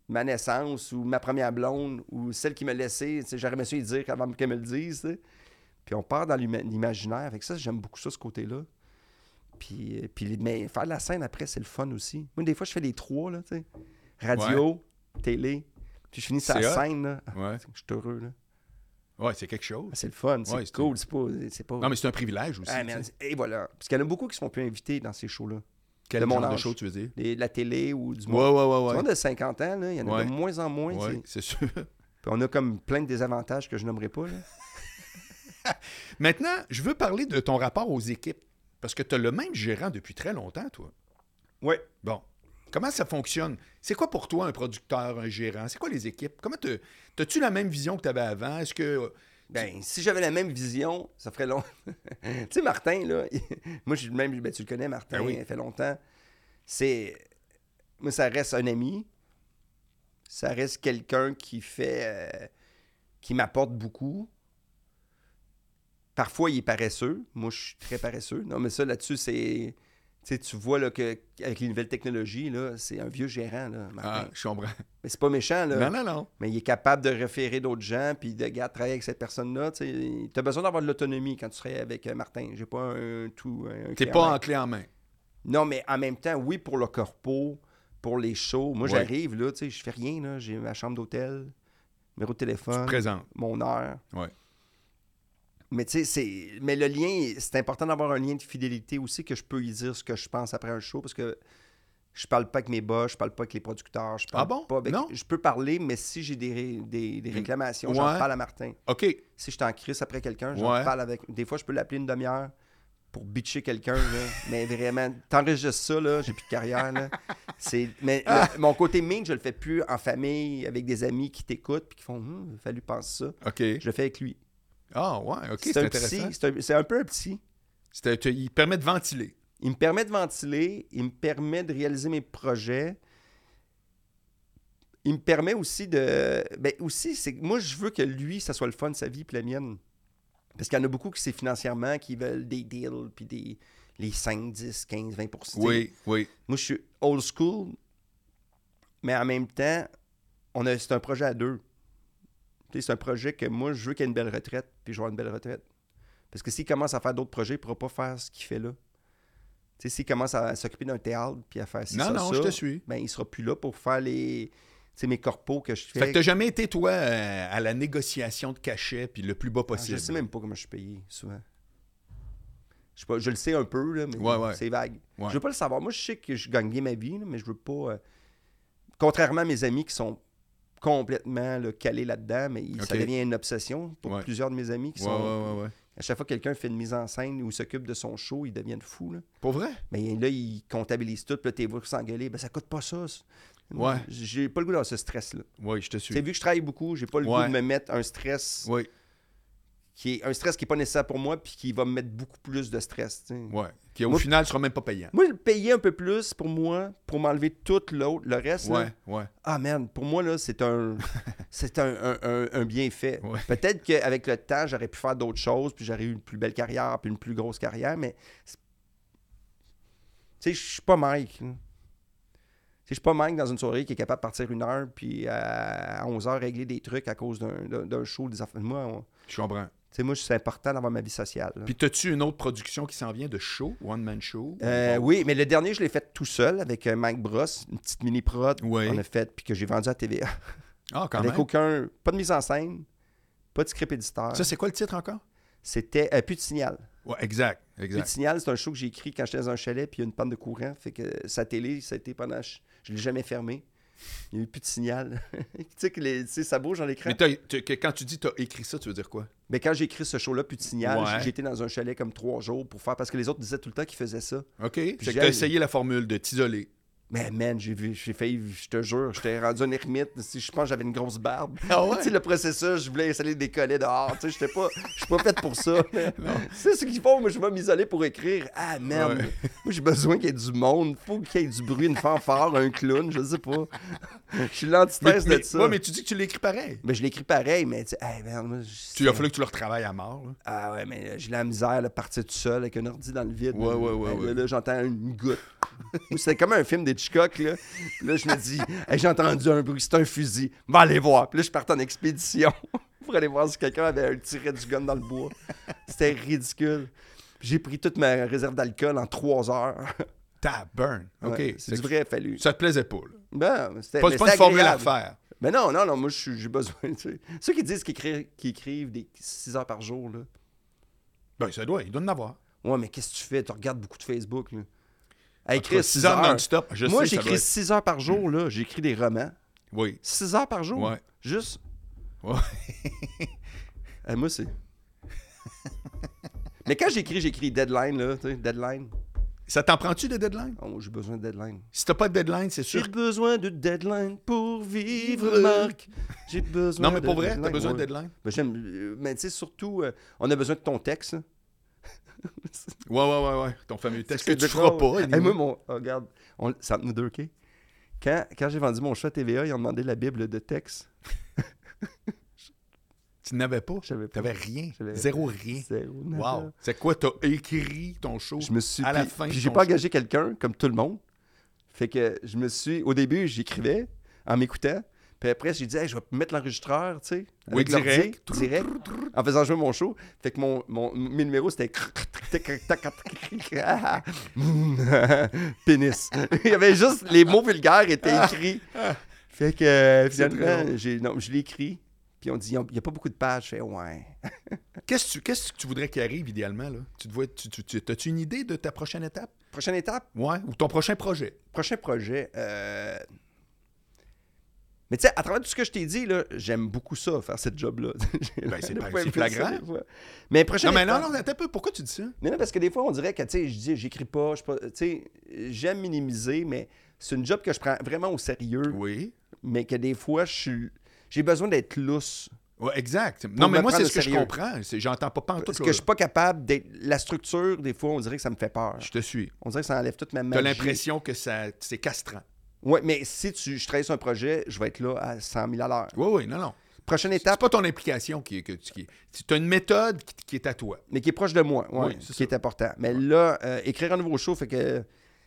S2: ma naissance, ou ma première blonde, ou celle qui me laissait, tu sais, j'aurais aimé ça y dire avant qu'elle me le dise, tu sais. Puis on part dans l'ima- l'imaginaire. Avec ça, j'aime beaucoup ça, ce côté-là. Puis, euh, puis les- mais faire de la scène après, c'est le fun aussi. Moi, des fois, je fais les trois, là, tu sais. Radio, télé, puis je finis sa
S1: C'est hot.
S2: scène, là. Ah,
S1: Ouais,
S2: Je suis heureux, là.
S1: ouais c'est quelque chose.
S2: Ah, C'est le fun, c'est
S1: Ouais, c'est-
S2: cool, c'est pas... C'est pas...
S1: Non, mais c'est un privilège aussi.
S2: Ah,
S1: tu
S2: man,
S1: sais.
S2: et voilà. Parce qu'il y en a beaucoup qui se font plus invités dans ces shows-là.
S1: Quel
S2: de mon
S1: genre de
S2: âge.
S1: show tu veux dire?
S2: Les- la télé ou du
S1: Ouais,
S2: monde.
S1: ouais, ouais.
S2: Du
S1: ouais.
S2: monde de 50 ans, là, il y en a
S1: Ouais.
S2: de moins en moins. tu
S1: Ouais,
S2: sais.
S1: c'est sûr. *laughs*
S2: Puis on a comme plein de désavantages que je nommerai pas. Là.
S1: Maintenant, je veux parler de ton rapport aux équipes. Parce que tu as le même gérant depuis très longtemps, toi.
S2: Oui.
S1: Bon. Comment ça fonctionne? C'est quoi pour toi un producteur, un gérant? C'est quoi les équipes? Comment te- T'as-tu la même vision que tu avais avant? Est-ce que.
S2: Ben, si j'avais la même vision, ça ferait long. *laughs* tu sais, Martin, là, *laughs* moi, je suis le même, ben, tu le connais, Martin,
S1: Ben oui.
S2: il fait longtemps. C'est. Moi, ça reste un ami. Ça reste quelqu'un qui fait. euh, qui m'apporte beaucoup. Parfois, il est paresseux. Moi, je suis très paresseux. Non, mais ça, là-dessus, c'est. Tu sais, tu vois là, que, avec les nouvelles technologies, là, c'est un vieux gérant, là, Martin.
S1: Ah, je comprends.
S2: Mais c'est pas méchant, là.
S1: Non, non, non.
S2: Mais il est capable de référer d'autres gens, puis de gars, travailler avec cette personne-là. Tu as besoin d'avoir de l'autonomie quand tu serais avec euh, Martin. J'ai pas un tout. un- un
S1: T'es
S2: clé en
S1: pas
S2: main.
S1: en clé en main.
S2: Non, mais en même temps, oui, pour le corpo, pour les shows. Moi,
S1: Ouais.
S2: j'arrive, là, tu sais, je fais rien, là. J'ai ma chambre d'hôtel, numéro de téléphone,
S1: Présent.
S2: mon heure.
S1: Ouais.
S2: Mais tu sais, c'est. Mais le lien, c'est important d'avoir un lien de fidélité aussi, que je peux y dire ce que je pense après un show, parce que je parle pas avec mes boss, je parle pas avec les producteurs, je parle
S1: Ah bon?
S2: pas avec-
S1: Non?
S2: Je peux parler, mais si j'ai des, ré- des, des réclamations, j'en
S1: Ouais.
S2: parle à Martin.
S1: OK.
S2: Si je suis en crise après quelqu'un, j'en
S1: Ouais.
S2: parle avec. Des fois, je peux l'appeler une demi-heure pour bitcher quelqu'un, là. *laughs* mais vraiment, t'enregistres ça, là, j'ai plus de carrière. Là. C'est... Mais le-
S1: Ah!
S2: mon côté mine, je le fais plus en famille, avec des amis qui t'écoutent puis qui font Hum, il a fallu penser ça.
S1: OK.
S2: Je le fais avec lui.
S1: Ah, ouais. OK,
S2: c'est,
S1: c'est
S2: un petit,
S1: intéressant.
S2: c'est, un, c'est un peu un petit.
S1: C'est- te- Il permet de ventiler.
S2: Il me permet de ventiler, il me permet de réaliser mes projets. Il me permet aussi de. Ben aussi, c'est que moi, je veux que lui, ça soit le fun de sa vie, puis la mienne. Parce qu'il y en a beaucoup qui, c'est financièrement, qui veulent des deals, puis des les 5, 10, 15, 20
S1: Oui, oui.
S2: Moi, je suis old school, mais en même temps, on a, c'est un projet à deux. Tu sais, C'est un projet que moi, je veux qu'il y ait une belle retraite, puis je vais avoir une belle retraite. Parce que s'il commence à faire d'autres projets, il ne pourra pas faire ce qu'il fait là. Tu sais, S'il commence à s'occuper d'un théâtre, puis à faire ci,
S1: Non,
S2: ça,
S1: non,
S2: ça,
S1: je te suis.
S2: ben, il sera plus là pour faire les, tu sais, mes corpos que je fais.
S1: Fait que t'as jamais été, toi, euh, à la négociation de cachet, puis le plus bas
S2: Ah, je
S1: possible.
S2: sais même pas comment je suis payé, souvent. Je, sais pas, je le sais un peu, là, mais
S1: Ouais, ouais.
S2: c'est vague.
S1: Ouais.
S2: Je veux pas le savoir. Moi, je sais que je gagne bien ma vie, là, mais je veux pas. euh, Contrairement à mes amis qui sont complètement là, calés là-dedans, mais il- ça
S1: Ok.
S2: devient une obsession pour
S1: Ouais.
S2: plusieurs de mes amis qui
S1: Ouais,
S2: sont.
S1: ouais, ouais, ouais.
S2: À chaque fois que quelqu'un fait une mise en scène ou s'occupe de son show, ils deviennent fous. Là.
S1: Pour vrai?
S2: Mais là, ils comptabilisent tout, puis là, t'es voir s'engueuler. Ben, ça coûte pas ça. ça.
S1: Ouais.
S2: J'ai pas le goût d'avoir ce stress-là.
S1: Oui, je te suis.
S2: Tu sais, vu que je travaille beaucoup, j'ai pas le
S1: Ouais.
S2: goût de me mettre un stress
S1: Oui,
S2: qui est un stress qui n'est pas nécessaire pour moi puis qui va me mettre beaucoup plus de stress. tu sais.
S1: oui. Qui, au
S2: Moi-
S1: final, sera même pas payant.
S2: Moi, le payer un peu plus pour moi, pour m'enlever tout l'autre, le reste, là,
S1: Ouais, ouais.
S2: ah man, pour moi, là, c'est
S1: *laughs*
S2: un, c'est un, un- un- un bienfait.
S1: Ouais.
S2: Peut-être qu'avec le temps, j'aurais pu faire d'autres choses, puis j'aurais eu une plus belle carrière, puis une plus grosse carrière, mais c'est- tu sais, je suis pas Mike. là. Tu sais, Je suis pas Mike dans une soirée qui est capable de partir une heure, puis à 11 heures régler des trucs à cause d'un- d'un d'un show, des affaires. Moi, on-
S1: Je comprends.
S2: tu sais, moi, c'est important d'avoir ma vie sociale. là.
S1: Puis, t'as-tu une autre production qui s'en vient de show, One Man Show?
S2: Euh, oui, mais le dernier, je l'ai fait tout seul avec euh, Mike Bross, une petite mini prod
S1: Oui.
S2: qu'on a faite puis que j'ai vendu à TVA.
S1: Ah, quand
S2: avec
S1: même.
S2: aucun. Pas de mise en scène, pas de script éditeur.
S1: Ça, c'est quoi le titre encore?
S2: C'était euh, Plus de signal.
S1: Ouais, exact,
S2: Plus de
S1: exact.
S2: signal, c'est un show que j'ai écrit quand j'étais dans un chalet puis il y a une panne de courant. Fait que euh, sa télé, ça a été pendant. Je, je l'ai jamais fermé. Il n'y a eu plus de signal. *laughs* tu sais que les- tu sais, ça bouge dans l'écran.
S1: Mais t'as- t'as- que- quand tu dis t'as écrit ça, tu veux dire quoi?
S2: Mais quand j'ai écrit ce show-là, Plus de signal,
S1: Ouais.
S2: j'étais dans un chalet comme trois jours pour faire parce que les autres disaient tout le temps qu'ils faisaient ça.
S1: OK. Fait que
S2: j'ai-
S1: t'as essayé la formule de t'isoler.
S2: Mais man, j'ai vu- j'ai failli, je te jure, j'étais rendu un ermite. Si je pense que j'avais une grosse barbe.
S1: Ah
S2: Tu sais, le processus, je voulais installer des collets dehors. Tu sais, j'étais pas, je suis pas fait
S1: *laughs*
S2: pour ça. C'est ce qu'ils font. Moi, je vais m'isoler pour écrire. Ah, merde.
S1: Ouais.
S2: Moi, j'ai besoin qu'il y ait du monde. Faut qu'il y ait du bruit, une fanfare, un clown. Je sais pas. Je suis
S1: mais,
S2: l'antithèse
S1: mais-
S2: de ça.
S1: ouais, mais tu dis que tu l'écris pareil.
S2: Mais je l'écris pareil, mais tu sais, hey, merde, moi, je-
S1: Tu, il a fallu que tu le retravailles à mort. là.
S2: Ah ouais, mais euh, j'ai la misère de partir tout seul avec un ordi dans le vide.
S1: Ouais,
S2: là.
S1: ouais, ouais,
S2: Hey, là,
S1: ouais.
S2: là, j'entends une goutte. *laughs* C'était comme un film d'Hitchcock, là. Puis là, je me dis, Hey, j'ai entendu un bruit, c'est un fusil. Va aller voir. Puis là, je partais en *laughs* expédition pour aller voir si quelqu'un avait un tiré du gun dans le bois. C'était ridicule. J'ai pris toute ma réserve d'alcool en trois heures. *laughs*
S1: Tabern. OK.
S2: Ouais, c'est
S1: Fait
S2: du
S1: que
S2: vrai fallu.
S1: Ça te plaisait pas, là.
S2: Ben, c'était
S1: Pas, c'est
S2: mais
S1: pas
S2: c'était
S1: une formule à
S2: agréable.
S1: refaire.
S2: Mais non, non, non, moi, je suis- j'ai besoin. tu sais. Ceux qui disent qu'ils écri- qu'ils écrivent des 6 heures par jour, là.
S1: Ben, ça doit, il doit en avoir.
S2: Ouais, mais qu'est-ce que tu fais? Tu regardes beaucoup de Facebook, là. À
S1: Écrit
S2: écrire
S1: 6
S2: 6
S1: heures
S2: heures.
S1: non-stop. Je
S2: Moi,
S1: sais, ça
S2: j'écris 6 heures par jour, là. J'écris des romans.
S1: doit être-
S2: 6 heures par jour?
S1: Ouais.
S2: Juste.
S1: *laughs* Ouais.
S2: Euh, moi, c'est. *laughs* mais quand j'écris, j'écris deadline, là. Tu sais, deadline.
S1: Ça t'en prend-tu des deadlines?
S2: Oh, j'ai besoin de deadline.
S1: Si t'as pas de deadline, c'est
S2: J'ai
S1: sûr.
S2: besoin de deadline pour vivre, Marc. J'ai besoin
S1: Euh. Non, mais
S2: de
S1: pour vrai, t'as
S2: deadline.
S1: besoin
S2: Ouais.
S1: de deadline?
S2: Ben, j'aime. euh, Mais tu sais, surtout, euh, on a besoin de ton texte. hein.
S1: Ouais, ouais, ouais, ouais. Ton fameux test que
S2: C'est
S1: tu
S2: de
S1: feras
S2: quoi,
S1: pas.
S2: on-
S1: anyway.
S2: Hey, moi, mon- oh, regarde, on- ça me deux, OK? Quand, quand j'ai vendu mon chat à TVA, ils ont demandé la Bible de texte.
S1: Tu n'avais pas.
S2: J'avais pas.
S1: T'avais rien.
S2: J'avais-
S1: Zéro rien.
S2: Zéro, nada.
S1: Wow. C'est quoi? T'as écrit ton show?
S2: Je me suis.
S1: À
S2: puis,
S1: la fin,
S2: puis j'ai
S1: ton
S2: pas
S1: chat.
S2: engagé quelqu'un, comme tout le monde. Fait que je me suis. Au début, j'écrivais en m'écoutant. Puis après, j'ai dit, Hey, je vais mettre l'enregistreur, tu sais.
S1: Oui,
S2: avec l'ordi,
S1: direct.
S2: direct. En faisant jouer mon show. Fait que mon, mon, mes numéros, c'était. ah, *laughs* Pénis. Il y avait juste. Les mots vulgaires étaient écrits. Fait que euh,
S1: Ah. C'est très
S2: finalement,
S1: drôle.
S2: j'ai- non, je l'ai écrit. Puis on dit, il n'y a pas beaucoup de pages. Je fais, ouais.
S1: Qu'est-ce que tu- qu'est-ce que tu voudrais qu'il arrive idéalement? Là? Tu te vois, tu, tu, tu- as-tu une idée de ta prochaine étape?
S2: Prochaine étape.
S1: Ouais. Ou ton prochain projet?
S2: prochain projet. euh, Mais tu sais, à travers tout ce que je t'ai dit, là, j'aime beaucoup ça, faire cette job-là. *laughs*
S1: Ben, c'est
S2: Des
S1: pas-
S2: fois,
S1: c'est
S2: elle me fait ça
S1: flagrant.
S2: des fois. Mais prochain.
S1: Non, mais non, non, attends un peu. Pourquoi tu dis ça?
S2: Mais non, parce que des fois, on dirait que, tu sais, je dis, j'écris pas, je suis pas- tu sais, j'aime minimiser, mais c'est une job que je prends vraiment au sérieux,
S1: Oui.
S2: mais que des fois, je suis. J'ai besoin d'être lousse.
S1: Ouais, exact. non, mais
S2: me
S1: moi, c'est
S2: prendre
S1: ce que
S2: au
S1: je
S2: sérieux.
S1: comprends. C'est- J'entends pas pas en tout.
S2: Parce que je suis pas capable d'être. La structure, des fois, on dirait que ça me fait peur.
S1: Je te suis.
S2: On dirait que ça enlève toute ma
S1: T'as
S2: magie.
S1: l'impression que ça, c'est castrant.
S2: Oui, mais si tu, je travaille sur un projet, je vais être là à 100 000 à l'heure.
S1: Oui, oui, non, non.
S2: Prochaine
S1: C'est
S2: étape,
S1: pas ton implication qui est. Que, tu- qui, tu as une méthode qui, qui est à toi.
S2: mais qui est proche de moi, ouais,
S1: Oui, c'est
S2: qui
S1: ça.
S2: est important. Mais là, euh, écrire un nouveau show, fait que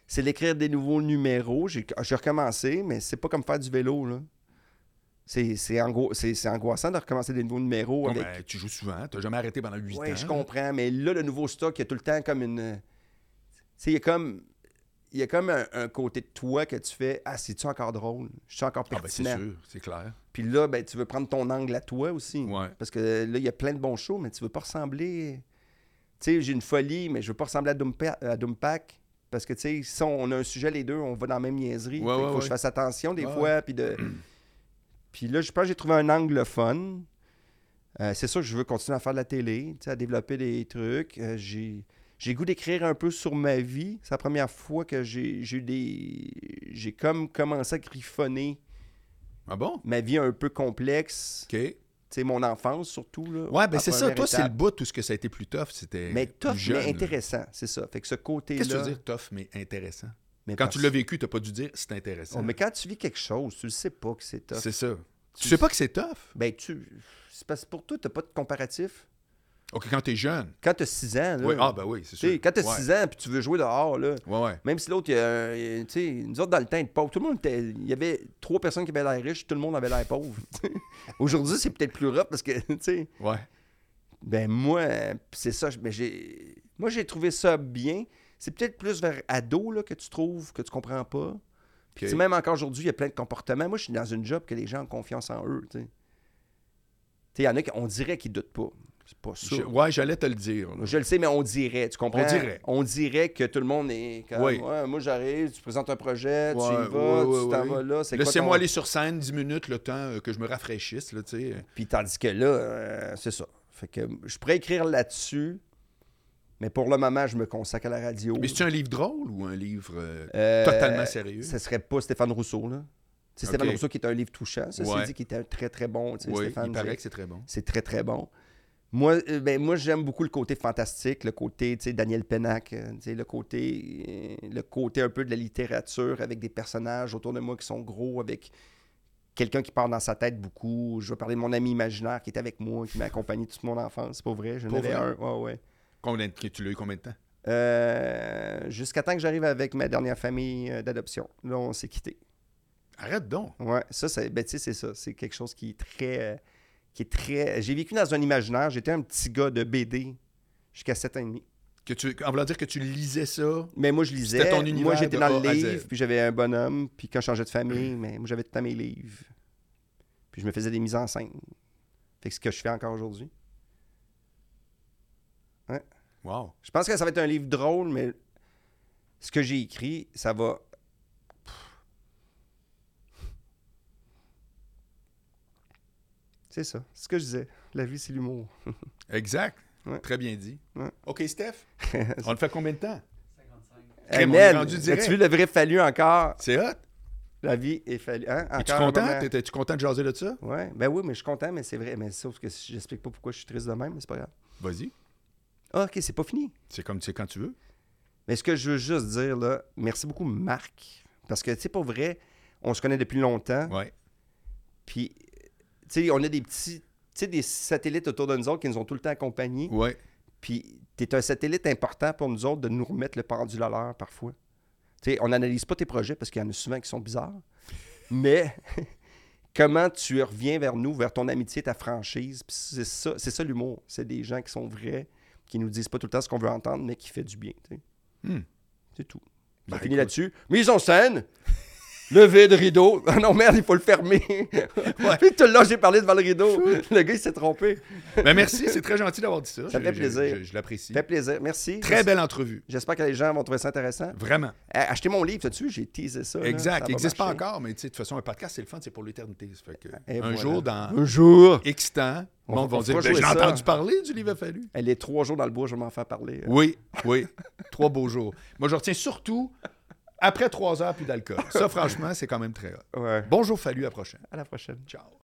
S2: c'est d'écrire des nouveaux numéros. J'ai ah, j'ai recommencé, mais c'est pas comme faire du vélo, là. C'est c'est ango- c'est- c'est angoissant de recommencer des nouveaux numéros
S1: Bon,
S2: avec.
S1: ben, tu joues souvent. T'as jamais arrêté pendant 8
S2: Ouais,
S1: ans.
S2: je comprends, mais là, le nouveau stock, il y a tout le temps comme une. Tu sais, il y a comme. Il y a comme un, un côté de toi que tu fais Ah, c'est-tu encore drôle? Je suis encore
S1: Ah, ben, c'est
S2: pertinent.
S1: sûr. C'est clair.
S2: Puis là, ben, tu veux prendre ton angle à toi aussi.
S1: Ouais.
S2: Parce que là, il y a plein de bons shows, mais tu veux pas ressembler. Tu sais, j'ai une folie, mais je veux pas ressembler à, Doompa- à Doompack. Parce que, tu sais, si on a un sujet, les deux, on va dans la même niaiserie.
S1: Ouais,
S2: Fait qu'il
S1: ouais,
S2: faut que
S1: ouais.
S2: je fasse attention des
S1: Ouais,
S2: fois.
S1: *clears throat*
S2: Puis de... puis là, je pense que j'ai trouvé un angle fun. Euh, c'est sûr que je veux continuer à faire de la télé, tu sais, à développer des trucs. Euh, j'ai. J'ai goût d'écrire un peu sur ma vie. C'est la première fois que j'ai j'ai eu des. J'ai comme commencé à griffonner
S1: Ah bon?
S2: ma vie un peu complexe
S1: OK.
S2: tu sais, mon enfance surtout. Là,
S1: Ouais, ben
S2: la
S1: c'est ça.
S2: première
S1: Toi, c'est le
S2: étape.
S1: bout où ce que ça a été plus tough, c'était
S2: Mais
S1: plus
S2: tough,
S1: jeune,
S2: mais
S1: là.
S2: intéressant, c'est ça. Fait que ce côté-là.
S1: Qu'est-ce que tu veux dire tough, mais intéressant?
S2: mais
S1: Quand
S2: parce-
S1: tu l'as vécu, t'as pas dû dire c'est
S2: Oh,
S1: intéressant.
S2: mais quand tu vis quelque chose, tu le sais pas que c'est tough.
S1: c'est ça. Tu
S2: Tu-
S1: sais pas que c'est tough?
S2: Ben, tu. C'est parce que pour toi, t'as pas de comparatif.
S1: OK, quand t'es jeune.
S2: Quand t'as 6 ans, là.
S1: Oui, ah ben oui, c'est
S2: tu
S1: sûr.
S2: sais, quand t'as
S1: ouais.
S2: 6 ans puis tu veux jouer dehors, là.
S1: Ouais, ouais.
S2: Même si l'autre, il y a un- il- tu sais, nous autres, dans le temps, de pauvre, tout le monde était. Il y avait trois personnes qui avaient l'air riches, tout le monde avait l'air pauvre. *laughs* Aujourd'hui, c'est peut-être plus rough parce que, *laughs* tu sais.
S1: Ouais.
S2: Ben moi, euh, pis c'est ça. je- ben j'ai, moi, j'ai trouvé ça bien. C'est peut-être plus vers ado là, que tu trouves, que tu comprends pas. Puis
S1: Ok.
S2: tu sais, même encore aujourd'hui, il y a plein de comportements. Moi, je suis dans une job que les gens ont confiance en eux. Tu sais. Tu sais, il y en a qui, on dirait qu'ils doutent pas. C'est pas
S1: Je-
S2: sûr.
S1: ouais, j'allais te le dire. là.
S2: Je le sais, mais on dirait, tu comprends?
S1: On dirait.
S2: On dirait que tout le monde est comme,
S1: Oui.
S2: Ouais, moi j'arrive, tu présentes un projet, tu
S1: Ouais,
S2: y vas,
S1: ouais,
S2: tu
S1: ouais,
S2: t'en
S1: ouais.
S2: vas là, c'est quoi
S1: Laissez-moi
S2: ton-
S1: aller sur scène 10 minutes le temps euh, que je me rafraîchisse, là, tu sais.
S2: Puis tandis que là, euh, c'est ça. Fait que je pourrais écrire là-dessus, mais pour le moment, je me consacre à la radio.
S1: Mais c'est un livre drôle ou un livre euh,
S2: Euh,
S1: totalement sérieux?
S2: Ce serait pas Stéphane Rousseau, là. Tu sais, Stéphane
S1: Ok.
S2: Rousseau qui est un livre touchant, ça,
S1: Ouais.
S2: c'est dit qui était un très très bon. tu sais,
S1: Oui,
S2: Stéphane,
S1: il
S2: c'est-
S1: paraît que c'est très bon.
S2: c'est très très bon. Moi, euh, ben, moi j'aime beaucoup le côté fantastique, le côté tu sais, Daniel Pennac, euh, tu sais, le côté, euh, le côté un peu de la littérature avec des personnages autour de moi qui sont gros, avec quelqu'un qui parle dans sa tête beaucoup. Je vais parler de mon ami imaginaire qui est avec moi, qui m'a accompagné toute mon enfance, c'est pas vrai, j'en
S1: Pour
S2: avais
S1: vrai?
S2: un. ouais, ouais.
S1: Combien de- tu l'as eu combien de temps?
S2: Euh, Jusqu'à temps que j'arrive avec ma dernière famille euh, d'adoption. Là, on s'est quitté.
S1: Arrête donc.
S2: Ouais, ça, c'est, ben, tu sais, c'est ça. C'est quelque chose qui est très. euh, qui est très... J'ai vécu dans un imaginaire. J'étais un petit gars de BD jusqu'à 7 ans et demi.
S1: Que tu, en voulant dire que tu lisais ça.
S2: Mais moi, je lisais.
S1: C'était ton univers
S2: moi, j'étais
S1: de
S2: dans
S1: A à
S2: le livre,
S1: Z.
S2: puis j'avais un bonhomme, puis quand je changeais de famille, mais moi, j'avais tout le temps mes livres. Puis je me faisais des mises en scène. Fait que ce que je fais encore aujourd'hui.
S1: Wow.
S2: Je pense que ça va être un livre drôle, mais ce que j'ai écrit, ça va. Pff. C'est ça. C'est ce que je disais. La vie, c'est l'humour.
S1: Exact.
S2: Ouais.
S1: Très bien dit.
S2: Ouais.
S1: OK, Steph, on le fait combien de temps?
S2: Hey,
S1: on est
S2: man,
S1: rendu direct.
S2: as-tu vu le vrai fallu encore?
S1: C'est hot.
S2: La vie est fallu. Hein? Encore
S1: Es-tu
S2: un moment.
S1: content? T'étais-tu content de jaser de ça?
S2: Ouais, ben oui, mais je suis content, mais c'est vrai. Mais sauf que j'explique pas pourquoi je suis triste de même, mais c'est pas grave.
S1: Vas-y.
S2: Ah, ok, c'est pas fini.
S1: C'est comme tu sais quand tu veux.
S2: Mais ce que je veux juste dire, là, merci beaucoup, Marc. Parce que, tu sais, pour vrai, on se connaît depuis longtemps.
S1: Ouais.
S2: Puis, tu sais, on a des petits. Tu sais, des satellites autour de nous autres qui nous ont tout le temps accompagnés.
S1: Ouais.
S2: Puis, t'es un satellite important pour nous autres de nous remettre le pendule à l'heure parfois. Tu sais, on n'analyse pas tes projets parce qu'il y en a souvent qui sont bizarres. Mais *laughs* comment tu reviens vers nous, vers ton amitié, ta franchise, puis c'est ça, c'est ça l'humour. C'est des gens qui sont vrais, qui nous disent pas tout le temps ce qu'on veut entendre, mais qui fait du bien. tu sais.
S1: Hmm.
S2: C'est tout.
S1: Ben,
S2: Ça finit
S1: écoute.
S2: là-dessus. Mise en scène. *laughs* Levée de rideau. *laughs* Ah non, merde, il faut le
S1: *laughs*
S2: fermer. Puis tout le long, j'ai parlé devant le rideau. Le gars, il s'est trompé.
S1: *laughs* Ben merci, c'est très gentil d'avoir dit ça.
S2: Ça
S1: Je-
S2: fait
S1: je-
S2: plaisir.
S1: Je, je l'apprécie.
S2: Fait plaisir. Merci.
S1: Très belle entrevue.
S2: J'espère que les gens vont trouver ça intéressant.
S1: Vraiment.
S2: Eh, Achetez mon livre, dessus, j'ai teasé ça. là. Ça
S1: Exact.
S2: va
S1: Il n'existe pas
S2: marcher.
S1: encore, mais tu sais, de toute façon, un podcast, c'est le fun, c'est pour l'éternité. Ça fait que
S2: Et
S1: un
S2: voilà.
S1: jour, dans
S2: Un jour.
S1: X temps, le
S2: On-
S1: monde
S2: on
S1: va dire
S2: fera
S1: Ben,
S2: jouer
S1: J'ai
S2: ça.
S1: entendu parler du livre à fallu.
S2: Elle est trois jours dans le bois, je vais m'en faire parler.
S1: Oui, oui. trois beaux jours. Moi, je retiens surtout après trois heures, plus d'alcool. Ça, franchement, c'est quand même très hot.
S2: Ouais.
S1: Bonjour, fallu, à prochain.
S2: À la prochaine.
S1: Ciao.